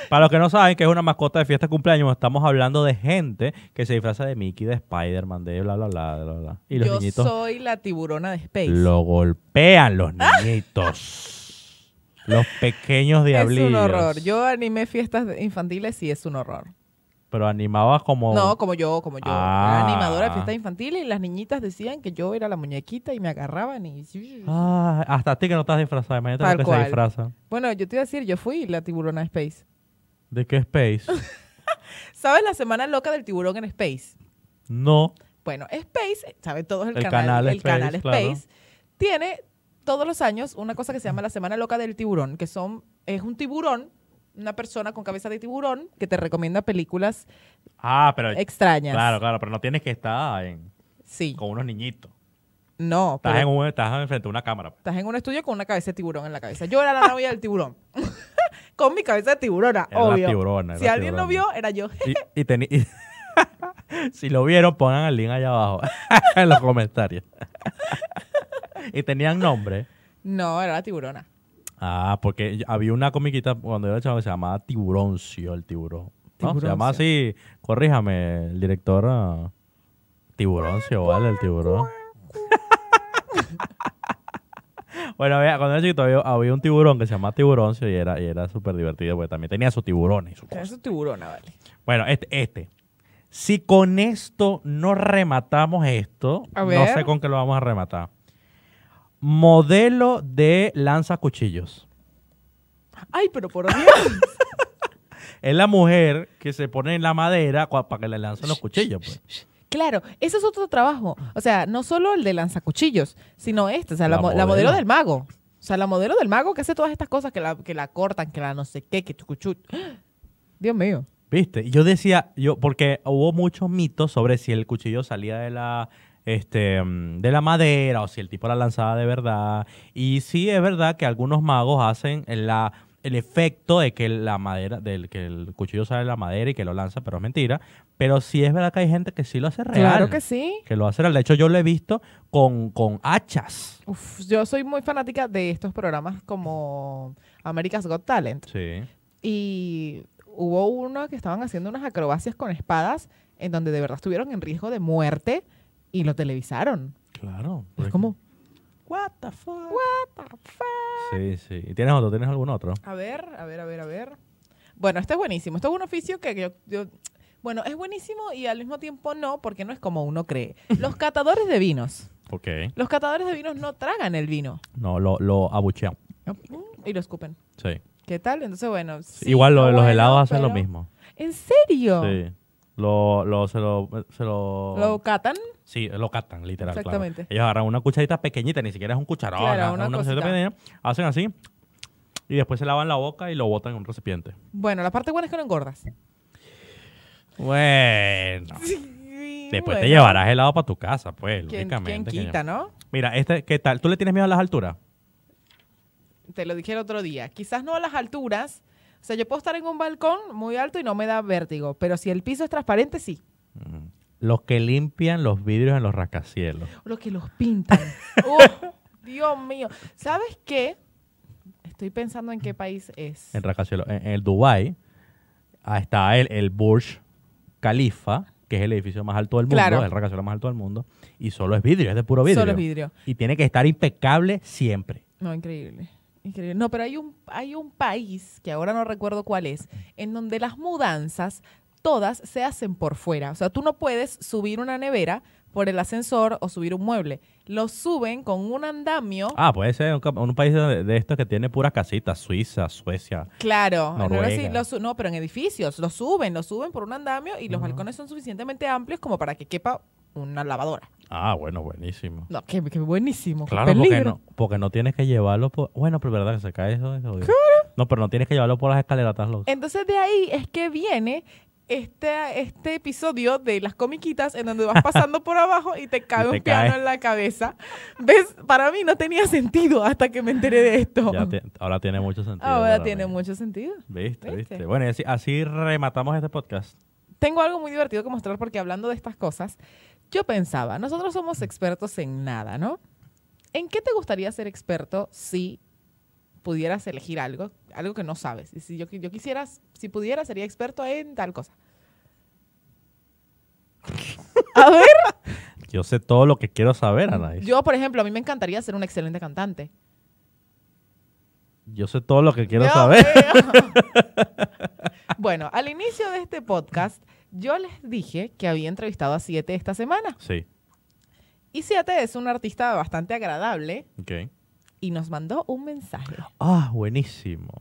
Speaker 1: Para los que no saben que es una mascota de fiesta de cumpleaños, estamos hablando de gente que se disfraza de Mickey, de Spider-Man, de bla, bla, bla, bla, bla. Y los
Speaker 2: Yo
Speaker 1: niñitos
Speaker 2: soy la tiburona de Space.
Speaker 1: lo golpean los niñitos. Los pequeños diablillos.
Speaker 2: Es un horror. Yo animé fiestas infantiles y es un horror.
Speaker 1: Pero animabas como...
Speaker 2: No, como yo, como yo. Era
Speaker 1: Oh. Ah.
Speaker 2: animadora de fiestas infantiles y las niñitas decían que yo era la muñequita y me agarraban y...
Speaker 1: Ah, hasta a ti que no estás disfrazada. Imagínate
Speaker 2: Tal
Speaker 1: lo que
Speaker 2: cual.
Speaker 1: se disfraza.
Speaker 2: Bueno, yo te iba a decir, yo fui la tiburona de Space.
Speaker 1: ¿De qué Space?
Speaker 2: ¿Sabes la semana loca del tiburón en Space?
Speaker 1: No.
Speaker 2: Bueno, Space, eh, sabe todos el,
Speaker 1: El
Speaker 2: canal,
Speaker 1: canal
Speaker 2: el
Speaker 1: Space,
Speaker 2: canal
Speaker 1: claro.
Speaker 2: Space tiene todos los años una cosa que se llama la semana loca del tiburón, que son es un tiburón, una persona con cabeza de tiburón que te recomienda películas
Speaker 1: Ah, pero...
Speaker 2: extrañas.
Speaker 1: Claro, claro, pero no tienes que estar en-
Speaker 2: Sí.
Speaker 1: con unos niñitos.
Speaker 2: No,
Speaker 1: Estás, en
Speaker 2: pero
Speaker 1: un, estás enfrente de una cámara. pues.
Speaker 2: estás en un estudio con una cabeza de tiburón en la cabeza. Yo era la novia del tiburón. [laughs] con mi cabeza de tiburona,
Speaker 1: Era la
Speaker 2: obvio.
Speaker 1: tiburona, era
Speaker 2: si
Speaker 1: la
Speaker 2: alguien lo
Speaker 1: tiburona.
Speaker 2: vio, era yo.
Speaker 1: Y, y teni- y- [laughs] si lo vieron, pongan el link allá abajo [laughs] en los comentarios. [laughs] y tenían nombre.
Speaker 2: No, era la tiburona.
Speaker 1: Ah, porque yo- había una comiquita cuando yo era chavo que se llamaba Tiburoncio, el tiburón. ¿no? Se
Speaker 2: Tiburoncio.
Speaker 1: llamaba así, corríjame, el director ah, Tiburoncio, ¿vale? El tiburón. [laughs] bueno, había- cuando era chiquito había, había un tiburón que se llamaba Tiburoncio y era, y era súper divertido porque también tenía sus tiburones y sus
Speaker 2: Era
Speaker 1: cosas.
Speaker 2: su tiburona, vale.
Speaker 1: Bueno, este, este. Si con esto no rematamos esto,
Speaker 2: A
Speaker 1: no
Speaker 2: ver.
Speaker 1: sé con qué lo vamos a rematar. Modelo de lanza cuchillos.
Speaker 2: Ay, pero por Dios.
Speaker 1: Es la mujer que se pone en la madera cua- para que le lancen los cuchillos. pues.
Speaker 2: Claro, ese es otro trabajo. O sea, no solo el de lanzacuchillos, sino este, o sea, la,
Speaker 1: La
Speaker 2: mo- la modelo
Speaker 1: modelo.
Speaker 2: del mago. O sea, la modelo del mago que hace todas estas cosas, que la, que la cortan, que la no sé qué, que chucuchut. [gasps] Dios mío.
Speaker 1: ¿Viste? Y Yo decía, yo, porque hubo muchos mitos sobre si el cuchillo salía de la, este, mm, de la madera o si el tipo la lanzaba de verdad. Y sí es verdad que algunos magos hacen la, el efecto de que la madera, del que el cuchillo sale de la madera y que lo lanza, pero es mentira. Pero sí es verdad que hay gente que sí lo hace real.
Speaker 2: Claro que sí.
Speaker 1: Que lo hace real. De hecho, yo lo he visto con, con hachas.
Speaker 2: Uf, yo soy muy fanática de estos programas como America's Got Talent.
Speaker 1: Sí.
Speaker 2: Y hubo uno que estaban haciendo unas acrobacias con espadas en donde de verdad estuvieron en riesgo de muerte y lo televisaron.
Speaker 1: Claro.
Speaker 2: Es como,
Speaker 1: What the fuck? Sí, sí. ¿Y ¿Tienes otro? ¿Tienes algún otro?
Speaker 2: A ver, a ver, a ver, a ver. Bueno, este es buenísimo. Esto es un oficio que yo, yo- Bueno, es buenísimo y al mismo tiempo no, porque no es como
Speaker 1: [laughs]
Speaker 2: uno cree. Los catadores de vinos.
Speaker 1: Ok.
Speaker 2: Los catadores de vinos no tragan el vino Mm,
Speaker 1: No, lo, lo abuchean.
Speaker 2: y lo escupen.
Speaker 1: Sí.
Speaker 2: ¿Qué tal? Entonces, bueno. sí,
Speaker 1: Igual lo de
Speaker 2: está
Speaker 1: los
Speaker 2: bueno,
Speaker 1: helados hacen lo
Speaker 2: pero-
Speaker 1: mismo.
Speaker 2: ¿En serio?
Speaker 1: Sí. Lo, lo, se lo, se lo,
Speaker 2: ¿Lo catan?
Speaker 1: sí, lo catan, literal. claro.
Speaker 2: Exactamente.
Speaker 1: Ellos agarran una cucharita pequeñita, ni siquiera es un cucharón.
Speaker 2: Claro,
Speaker 1: agarran
Speaker 2: una
Speaker 1: cucharita
Speaker 2: cosita.
Speaker 1: pequeña, hacen así y después se lavan la boca y lo botan en un recipiente.
Speaker 2: Bueno, la parte buena es que no engordas.
Speaker 1: Bueno.
Speaker 2: Sí,
Speaker 1: Después te
Speaker 2: bueno.
Speaker 1: llevarás helado para tu casa, pues,
Speaker 2: ¿Quién, quién
Speaker 1: lógicamente. que
Speaker 2: quita, no?
Speaker 1: yo- Mira, este, ¿qué tal? ¿Tú le tienes miedo a las alturas?
Speaker 2: Te lo dije el otro día. Quizás no a las alturas. O sea, yo puedo estar en un balcón muy alto y no me da vértigo. Pero si el piso es transparente, sí.
Speaker 1: Ujú. Los que limpian los vidrios en los rascacielos.
Speaker 2: Los que los
Speaker 1: [laughs]
Speaker 2: pintan. ¡Oh, Dios mío. ¿Sabes qué? Estoy pensando en qué país es.
Speaker 1: En rascacielos. En, en el Dubai ah, está el, el Burj Khalifa, que es el edificio más alto del mundo,
Speaker 2: Claro.
Speaker 1: el rascacielos más alto del mundo, y solo es vidrio, es de puro vidrio.
Speaker 2: Solo es vidrio.
Speaker 1: Y tiene que estar impecable siempre.
Speaker 2: No, increíble. Increíble. No, pero hay un, hay un país, que ahora no recuerdo cuál es, en donde las mudanzas todas se hacen por fuera. O sea, tú no puedes subir una nevera por el ascensor o subir un mueble. Lo suben con un andamio.
Speaker 1: Ah, puede ser un, cap- un país de, de estos que tiene puras casitas, Suiza, Suecia.
Speaker 2: Claro, no,
Speaker 1: Noruega.
Speaker 2: sí, lo su- no, pero en edificios, lo suben, lo suben por un andamio y los balcones son suficientemente amplios como para que quepa una lavadora.
Speaker 1: Ah, bueno, buenísimo.
Speaker 2: No, qué, qué buenísimo. qué
Speaker 1: Claro, porque
Speaker 2: peligro.
Speaker 1: no, porque no tienes que llevarlo por... Bueno, pero verdad que se cae eso. eso obvio. No, pero no tienes que llevarlo por las escaleras, estás loco.
Speaker 2: Entonces de ahí es que viene este, este episodio de las comiquitas
Speaker 1: [laughs]
Speaker 2: en donde vas pasando por abajo y te cae
Speaker 1: Y te
Speaker 2: un piano
Speaker 1: cae.
Speaker 2: en la cabeza. ¿Ves? Para mí no tenía sentido hasta que me enteré de esto.
Speaker 1: Ya te- ahora tiene mucho sentido.
Speaker 2: Ahora
Speaker 1: para
Speaker 2: tiene
Speaker 1: mí.
Speaker 2: mucho sentido.
Speaker 1: ¿Viste,
Speaker 2: ¿Viste?
Speaker 1: viste, Bueno, y así, así rematamos este podcast.
Speaker 2: Tengo algo muy divertido que mostrar porque hablando de estas cosas, yo pensaba, nosotros somos expertos en nada, ¿no? ¿En qué te gustaría ser experto si pudieras elegir algo, algo que no sabes? Y si yo, qui- yo quisiera, si pudiera, sería experto en
Speaker 1: [laughs]
Speaker 2: tal cosa. A ver,
Speaker 1: Yo sé todo lo que quiero saber, Anaís.
Speaker 2: yo, por ejemplo, a mí me encantaría ser una excelente cantante.
Speaker 1: Yo sé todo lo que quiero
Speaker 2: Dios
Speaker 1: saber.
Speaker 2: mío. [laughs] bueno, al inicio de este podcast, yo les dije que había entrevistado a Siete esta semana.
Speaker 1: [laughs] Sí,
Speaker 2: Y Siete es un artista bastante agradable
Speaker 1: ok.
Speaker 2: y nos mandó un mensaje.
Speaker 1: Ah, buenísimo.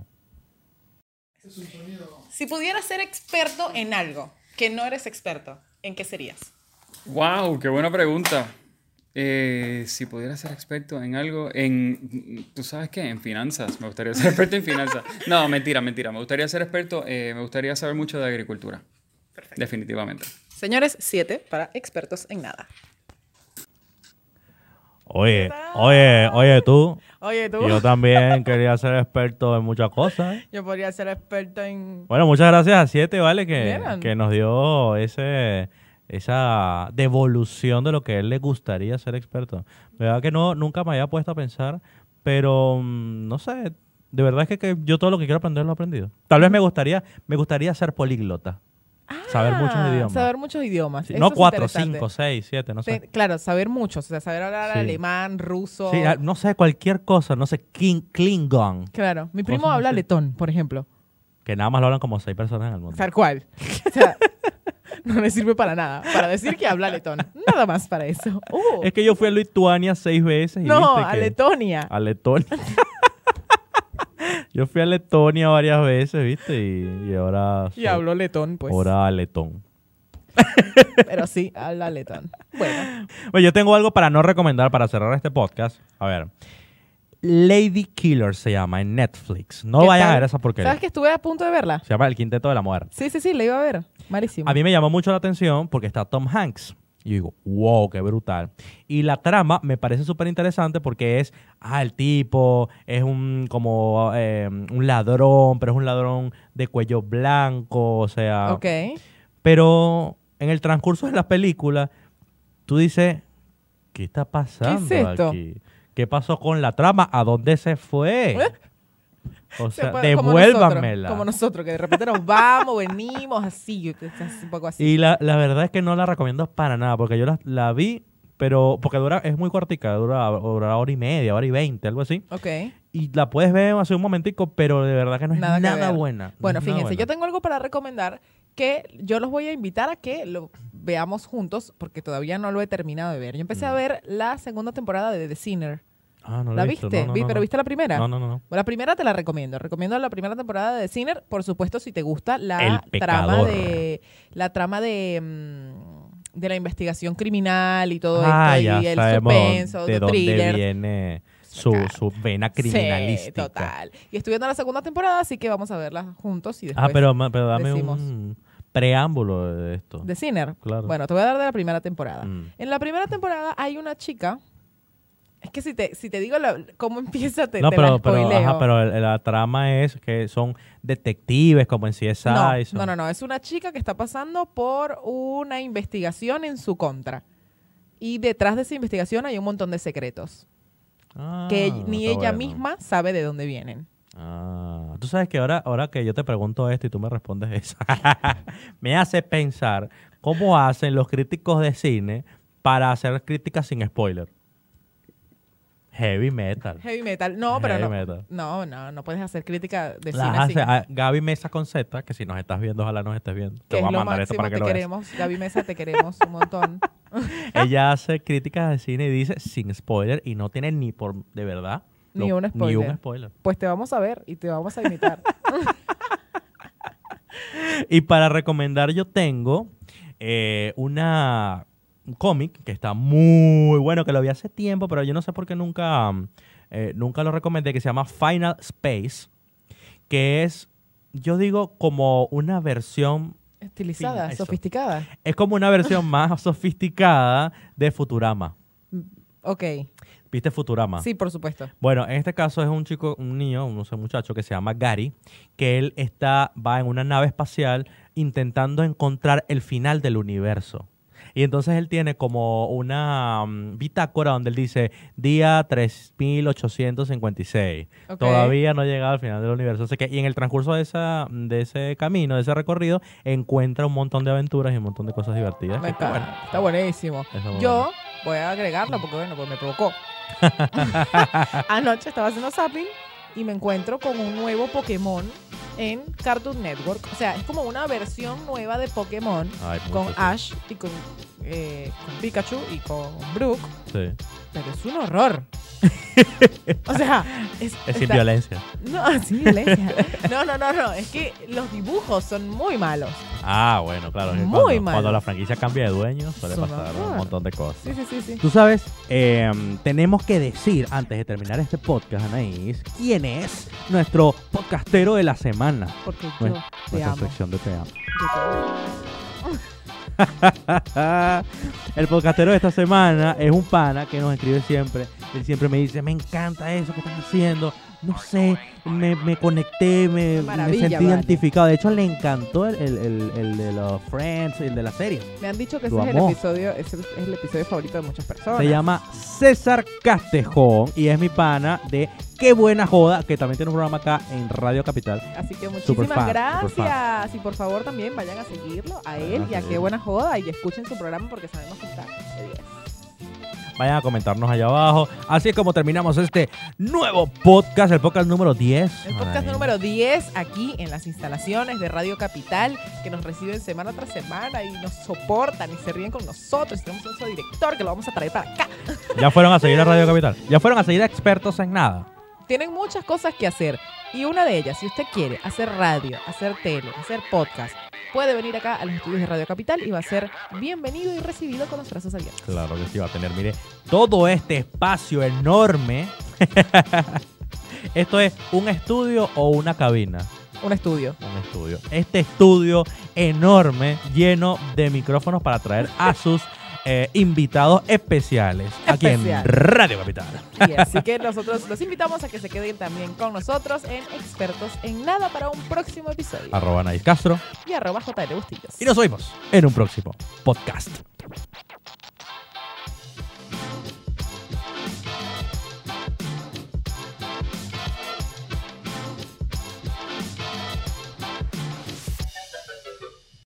Speaker 2: Si pudieras ser experto en algo que no eres experto, ¿en qué serías?
Speaker 3: Wow, qué buena pregunta. Eh, si pudiera ser experto en algo, en, ¿tú sabes qué? En finanzas. Me gustaría ser [laughs] experto en finanzas. No, mentira, mentira. Me gustaría ser experto, eh, me gustaría saber mucho de agricultura. Definitivamente.
Speaker 2: Señores, siete para expertos en nada.
Speaker 1: Oye, oye, oye tú.
Speaker 2: Oye, tú.
Speaker 1: Yo también quería ser experto en muchas cosas.
Speaker 2: Yo podría ser experto en...
Speaker 1: Bueno, muchas gracias a Siete, ¿vale? Que,
Speaker 2: Vieron.
Speaker 1: que nos dio ese esa devolución de lo que a él le gustaría ser experto. De verdad que no, nunca me había puesto a pensar, pero mm, no sé, de verdad es que, que yo todo lo que quiero aprender lo he aprendido. Tal vez me gustaría, me gustaría ser políglota. saber muchos
Speaker 2: Ah,
Speaker 1: idiomas.
Speaker 2: Saber muchos idiomas.
Speaker 1: Sí,
Speaker 2: Eso
Speaker 1: no
Speaker 2: es
Speaker 1: cuatro,
Speaker 2: interesante.
Speaker 1: cinco, seis, siete, no
Speaker 2: Sí,
Speaker 1: sé.
Speaker 2: claro, saber muchos. O sea, saber hablar
Speaker 1: Sí.
Speaker 2: alemán, ruso.
Speaker 1: Sí, ah, no sé, cualquier cosa, no sé, King, Klingon,
Speaker 2: Claro. Mi primo
Speaker 1: Cosas
Speaker 2: habla
Speaker 1: así.
Speaker 2: letón, por ejemplo.
Speaker 1: que nada más lo hablan como seis personas en el mundo.
Speaker 2: Tal cual. O sea, [laughs] no le sirve para nada. Para decir que habla letón. Nada más para eso. Uh,
Speaker 1: Es que yo fui a Lituania seis veces y
Speaker 2: no,
Speaker 1: viste
Speaker 2: a
Speaker 1: que- Ah,
Speaker 2: Letonia.
Speaker 1: A Letonia. Yo fui a Letonia varias veces, ¿viste? Y, y ahora.
Speaker 2: Y
Speaker 1: soy-
Speaker 2: habló letón, pues.
Speaker 1: Ahora letón.
Speaker 2: [laughs] Pero sí, habla letón. Bueno.
Speaker 1: Bueno, yo tengo algo para no recomendar para cerrar este podcast. A ver. Lady Killer se llama en Netflix. No
Speaker 2: ¿Qué
Speaker 1: vayan
Speaker 2: tal?
Speaker 1: a ver esa porquería.
Speaker 2: ¿Sabes que estuve a punto de verla?
Speaker 1: Se llama El Quinteto de la Muerte.
Speaker 2: Sí, sí, sí, la iba a ver. Malísimo.
Speaker 1: A mí me llamó mucho la atención porque está Tom Hanks. Y yo digo, wow, qué brutal. Y la trama me parece súper interesante porque es, ah, el tipo es un como eh, un ladrón, pero es un ladrón de cuello blanco, ah, o sea...
Speaker 2: Ok.
Speaker 1: Pero en el transcurso de la película, tú dices, ¿qué está pasando
Speaker 2: ¿Qué es esto?
Speaker 1: aquí? ¿Qué pasó con la trama? ¿A dónde se fue? O
Speaker 2: ¿Eh? Se
Speaker 1: sea,
Speaker 2: puede- como
Speaker 1: devuélvamela.
Speaker 2: nosotros, Como nosotros, que de repente nos vamos, venimos, así. yo- es Un poco así.
Speaker 1: Y la, la verdad es que no la recomiendo para nada, porque yo la, la vi, pero porque dura, es muy cortica, dura, dura hora y media, hora y veinte, algo así.
Speaker 2: Ok.
Speaker 1: Y la puedes ver hace un momentico, pero de verdad que no es
Speaker 2: Nada
Speaker 1: nada,
Speaker 2: que ver.
Speaker 1: buena. no
Speaker 2: Bueno,
Speaker 1: es nada
Speaker 2: fíjense, yo
Speaker 1: buena.
Speaker 2: tengo algo para recomendar que yo los voy a invitar a que lo veamos juntos, porque todavía no lo he terminado de ver. Yo empecé a ver la segunda temporada de The Sinner.
Speaker 1: Ah, Mm. no
Speaker 2: ¿La
Speaker 1: he visto,
Speaker 2: viste?
Speaker 1: no, no,
Speaker 2: Vi-
Speaker 1: no,
Speaker 2: ¿Pero
Speaker 1: no.
Speaker 2: viste la primera?
Speaker 1: No, no, no. no.
Speaker 2: Bueno, La primera te la recomiendo. Recomiendo la primera temporada de The Sinner. Por supuesto, si te gusta
Speaker 1: El
Speaker 2: la trama
Speaker 1: pecador.
Speaker 2: de. La trama de. mm, de la investigación criminal y todo
Speaker 1: ah,
Speaker 2: esto.
Speaker 1: ya
Speaker 2: y el
Speaker 1: sabemos
Speaker 2: suspenso,
Speaker 1: de
Speaker 2: el
Speaker 1: dónde
Speaker 2: thriller.
Speaker 1: viene su,
Speaker 2: Claro.
Speaker 1: su vena
Speaker 2: Sí,
Speaker 1: criminalística. Ah,
Speaker 2: total. Y estoy viendo la segunda temporada, así que vamos a verla juntos y después.
Speaker 1: ah, pero, ma- pero dame
Speaker 2: decimos.
Speaker 1: un preámbulo de esto.
Speaker 2: De Sinner.
Speaker 1: Claro.
Speaker 2: Bueno, te voy a dar de la primera temporada.
Speaker 1: Mm.
Speaker 2: En la primera temporada hay una chica. Es que si te, si te digo la- cómo [laughs] empieza, te,
Speaker 1: no,
Speaker 2: te
Speaker 1: pero,
Speaker 2: la
Speaker 1: pero,
Speaker 2: spoileo.
Speaker 1: ajá, pero el- la trama es que son detectives como en CSI.
Speaker 2: no,
Speaker 1: son-
Speaker 2: no, no, no. Es una chica que está pasando por una investigación en su contra. Y detrás de esa investigación hay un montón de secretos
Speaker 1: Ah,
Speaker 2: que ni
Speaker 1: está
Speaker 2: ella
Speaker 1: bueno.
Speaker 2: misma sabe de dónde vienen.
Speaker 1: Ah, tú sabes que ahora, ahora que yo te pregunto esto y tú me respondes eso, [laughs] me hace pensar cómo hacen los críticos de cine para hacer críticas sin spoiler. Heavy metal.
Speaker 2: Heavy metal. No, pero
Speaker 1: Heavy
Speaker 2: no.
Speaker 1: metal.
Speaker 2: No, no, no puedes hacer crítica de
Speaker 1: Las
Speaker 2: cine.
Speaker 1: hace
Speaker 2: sin-
Speaker 1: a Gaby Mesa con Z, que si nos estás viendo, ojalá nos estés viendo.
Speaker 2: que
Speaker 1: Te voy
Speaker 2: es
Speaker 1: a
Speaker 2: lo
Speaker 1: mandar esto
Speaker 2: máximo,
Speaker 1: para que
Speaker 2: te
Speaker 1: lo veas.
Speaker 2: queremos. Gaby Mesa, te queremos un montón.
Speaker 1: Ella hace críticas de cine y dice sin spoiler y no tiene ni por de verdad
Speaker 2: Ni un
Speaker 1: Ni
Speaker 2: spoiler.
Speaker 1: un spoiler.
Speaker 2: Pues te vamos a ver y te vamos a
Speaker 1: [laughs]
Speaker 2: imitar.
Speaker 1: Y para recomendar yo tengo eh, una un cómic que está muy bueno, que lo vi hace tiempo, pero yo no sé por qué nunca, um, eh, nunca lo recomendé, que se llama Final Space, que es, yo digo, como una versión,
Speaker 2: Estilizada,
Speaker 1: Fina, eso.
Speaker 2: sofisticada.
Speaker 1: es como una
Speaker 2: [laughs]
Speaker 1: versión más sofisticada de Futurama.
Speaker 2: Ok.
Speaker 1: ¿Viste Futurama?
Speaker 2: Sí, por supuesto.
Speaker 1: Bueno, en este caso es un chico, un niño, un, no sé, muchacho que se llama Gary, que él está, va en una nave espacial intentando encontrar el final del universo. Y entonces él tiene como una mm, bitácora donde él dice, día 3856,
Speaker 2: Ok.
Speaker 1: todavía no ha llegado al final del universo. Así que, y en el transcurso de, esa, de ese camino, de ese recorrido, encuentra un montón de aventuras y un montón de cosas divertidas.
Speaker 2: Ah, Me
Speaker 1: que,
Speaker 2: encanta.
Speaker 1: bueno,
Speaker 2: Está buenísimo.
Speaker 1: Está muy
Speaker 2: Yo
Speaker 1: [laughs]
Speaker 2: voy a agregarlo porque, bueno, pues me provocó. Anoche estaba haciendo zapping y me encuentro con un nuevo Pokémon en Cartoon Network. O sea, es como una versión nueva de Pokémon
Speaker 1: Ay, mucho,
Speaker 2: con
Speaker 1: sí.
Speaker 2: Ash y con, eh, con Pikachu y con Brooke,
Speaker 1: Sí.
Speaker 2: pero es un horror. o sea,
Speaker 1: [laughs]
Speaker 2: es,
Speaker 1: Es sin
Speaker 2: está-
Speaker 1: violencia.
Speaker 2: [laughs] No, sin violencia. No, no, no, no. Es que los dibujos son muy malos.
Speaker 1: Ah, bueno, claro. es que
Speaker 2: Muy
Speaker 1: cuando,
Speaker 2: mal.
Speaker 1: cuando la franquicia cambia de dueño, suele
Speaker 2: Son
Speaker 1: pasar
Speaker 2: horror.
Speaker 1: un montón de cosas.
Speaker 2: Sí, sí, sí, sí.
Speaker 1: Tú sabes, eh, tenemos que decir antes de terminar este podcast, Anaís, quién es nuestro podcastero de la semana.
Speaker 2: Porque yo
Speaker 1: Bueno,
Speaker 2: te
Speaker 1: Nuestra
Speaker 2: amo.
Speaker 1: sección de Te amo. [laughs]
Speaker 2: Yo te amo.
Speaker 1: el podcastero de esta semana es un pana que nos escribe siempre. Él siempre me dice, me encanta eso que están haciendo. No sé, me, me conecté, me, me
Speaker 2: Maravilla,
Speaker 1: sentí
Speaker 2: vale.
Speaker 1: identificado. De hecho, le encantó el, el- el- el de los Friends, el de la serie.
Speaker 2: Me han dicho que ese
Speaker 1: Lo
Speaker 2: es el,
Speaker 1: amó.
Speaker 2: episodio, ese es el episodio favorito de muchas personas.
Speaker 1: Se llama César Castejón y es mi pana de Qué Buena Joda, que también tiene un programa acá en Radio Capital.
Speaker 2: Así que
Speaker 1: Superfan,
Speaker 2: muchísimas
Speaker 1: superfan.
Speaker 2: gracias. Y por favor también vayan a seguirlo a él y a
Speaker 1: sí.
Speaker 2: qué buena joda y escuchen su programa porque sabemos que está de 10.
Speaker 1: Vayan a comentarnos allá abajo. Así es como terminamos este nuevo podcast, el podcast número 10.
Speaker 2: El podcast
Speaker 1: Ay.
Speaker 2: número 10 aquí en las instalaciones de Radio Capital que nos reciben semana tras semana y nos soportan y se ríen con nosotros. Y Tenemos un solo director que lo vamos a traer para acá.
Speaker 1: Ya fueron a seguir a Radio Capital. Ya fueron a seguir a expertos en nada.
Speaker 2: Tienen muchas cosas que hacer y una de ellas, si usted quiere hacer radio, hacer tele, hacer podcast, puede venir acá a los estudios de Radio Capital y va a ser bienvenido y recibido con los brazos abiertos.
Speaker 1: Claro que sí, va a tener, mire, todo este espacio enorme. [laughs] Esto es un estudio o una cabina.
Speaker 2: Un estudio.
Speaker 1: Un estudio. Este estudio enorme, lleno de micrófonos para traer [laughs] a sus eh, invitados especiales aquí en
Speaker 2: Especial.
Speaker 1: Radio Capital.
Speaker 2: Y así que nosotros los invitamos a que se queden también con nosotros en Expertos en Nada para un próximo episodio.
Speaker 1: Arroba Anaís Castro.
Speaker 2: Y arroba JL Bustillos.
Speaker 1: Y nos oímos en un próximo podcast.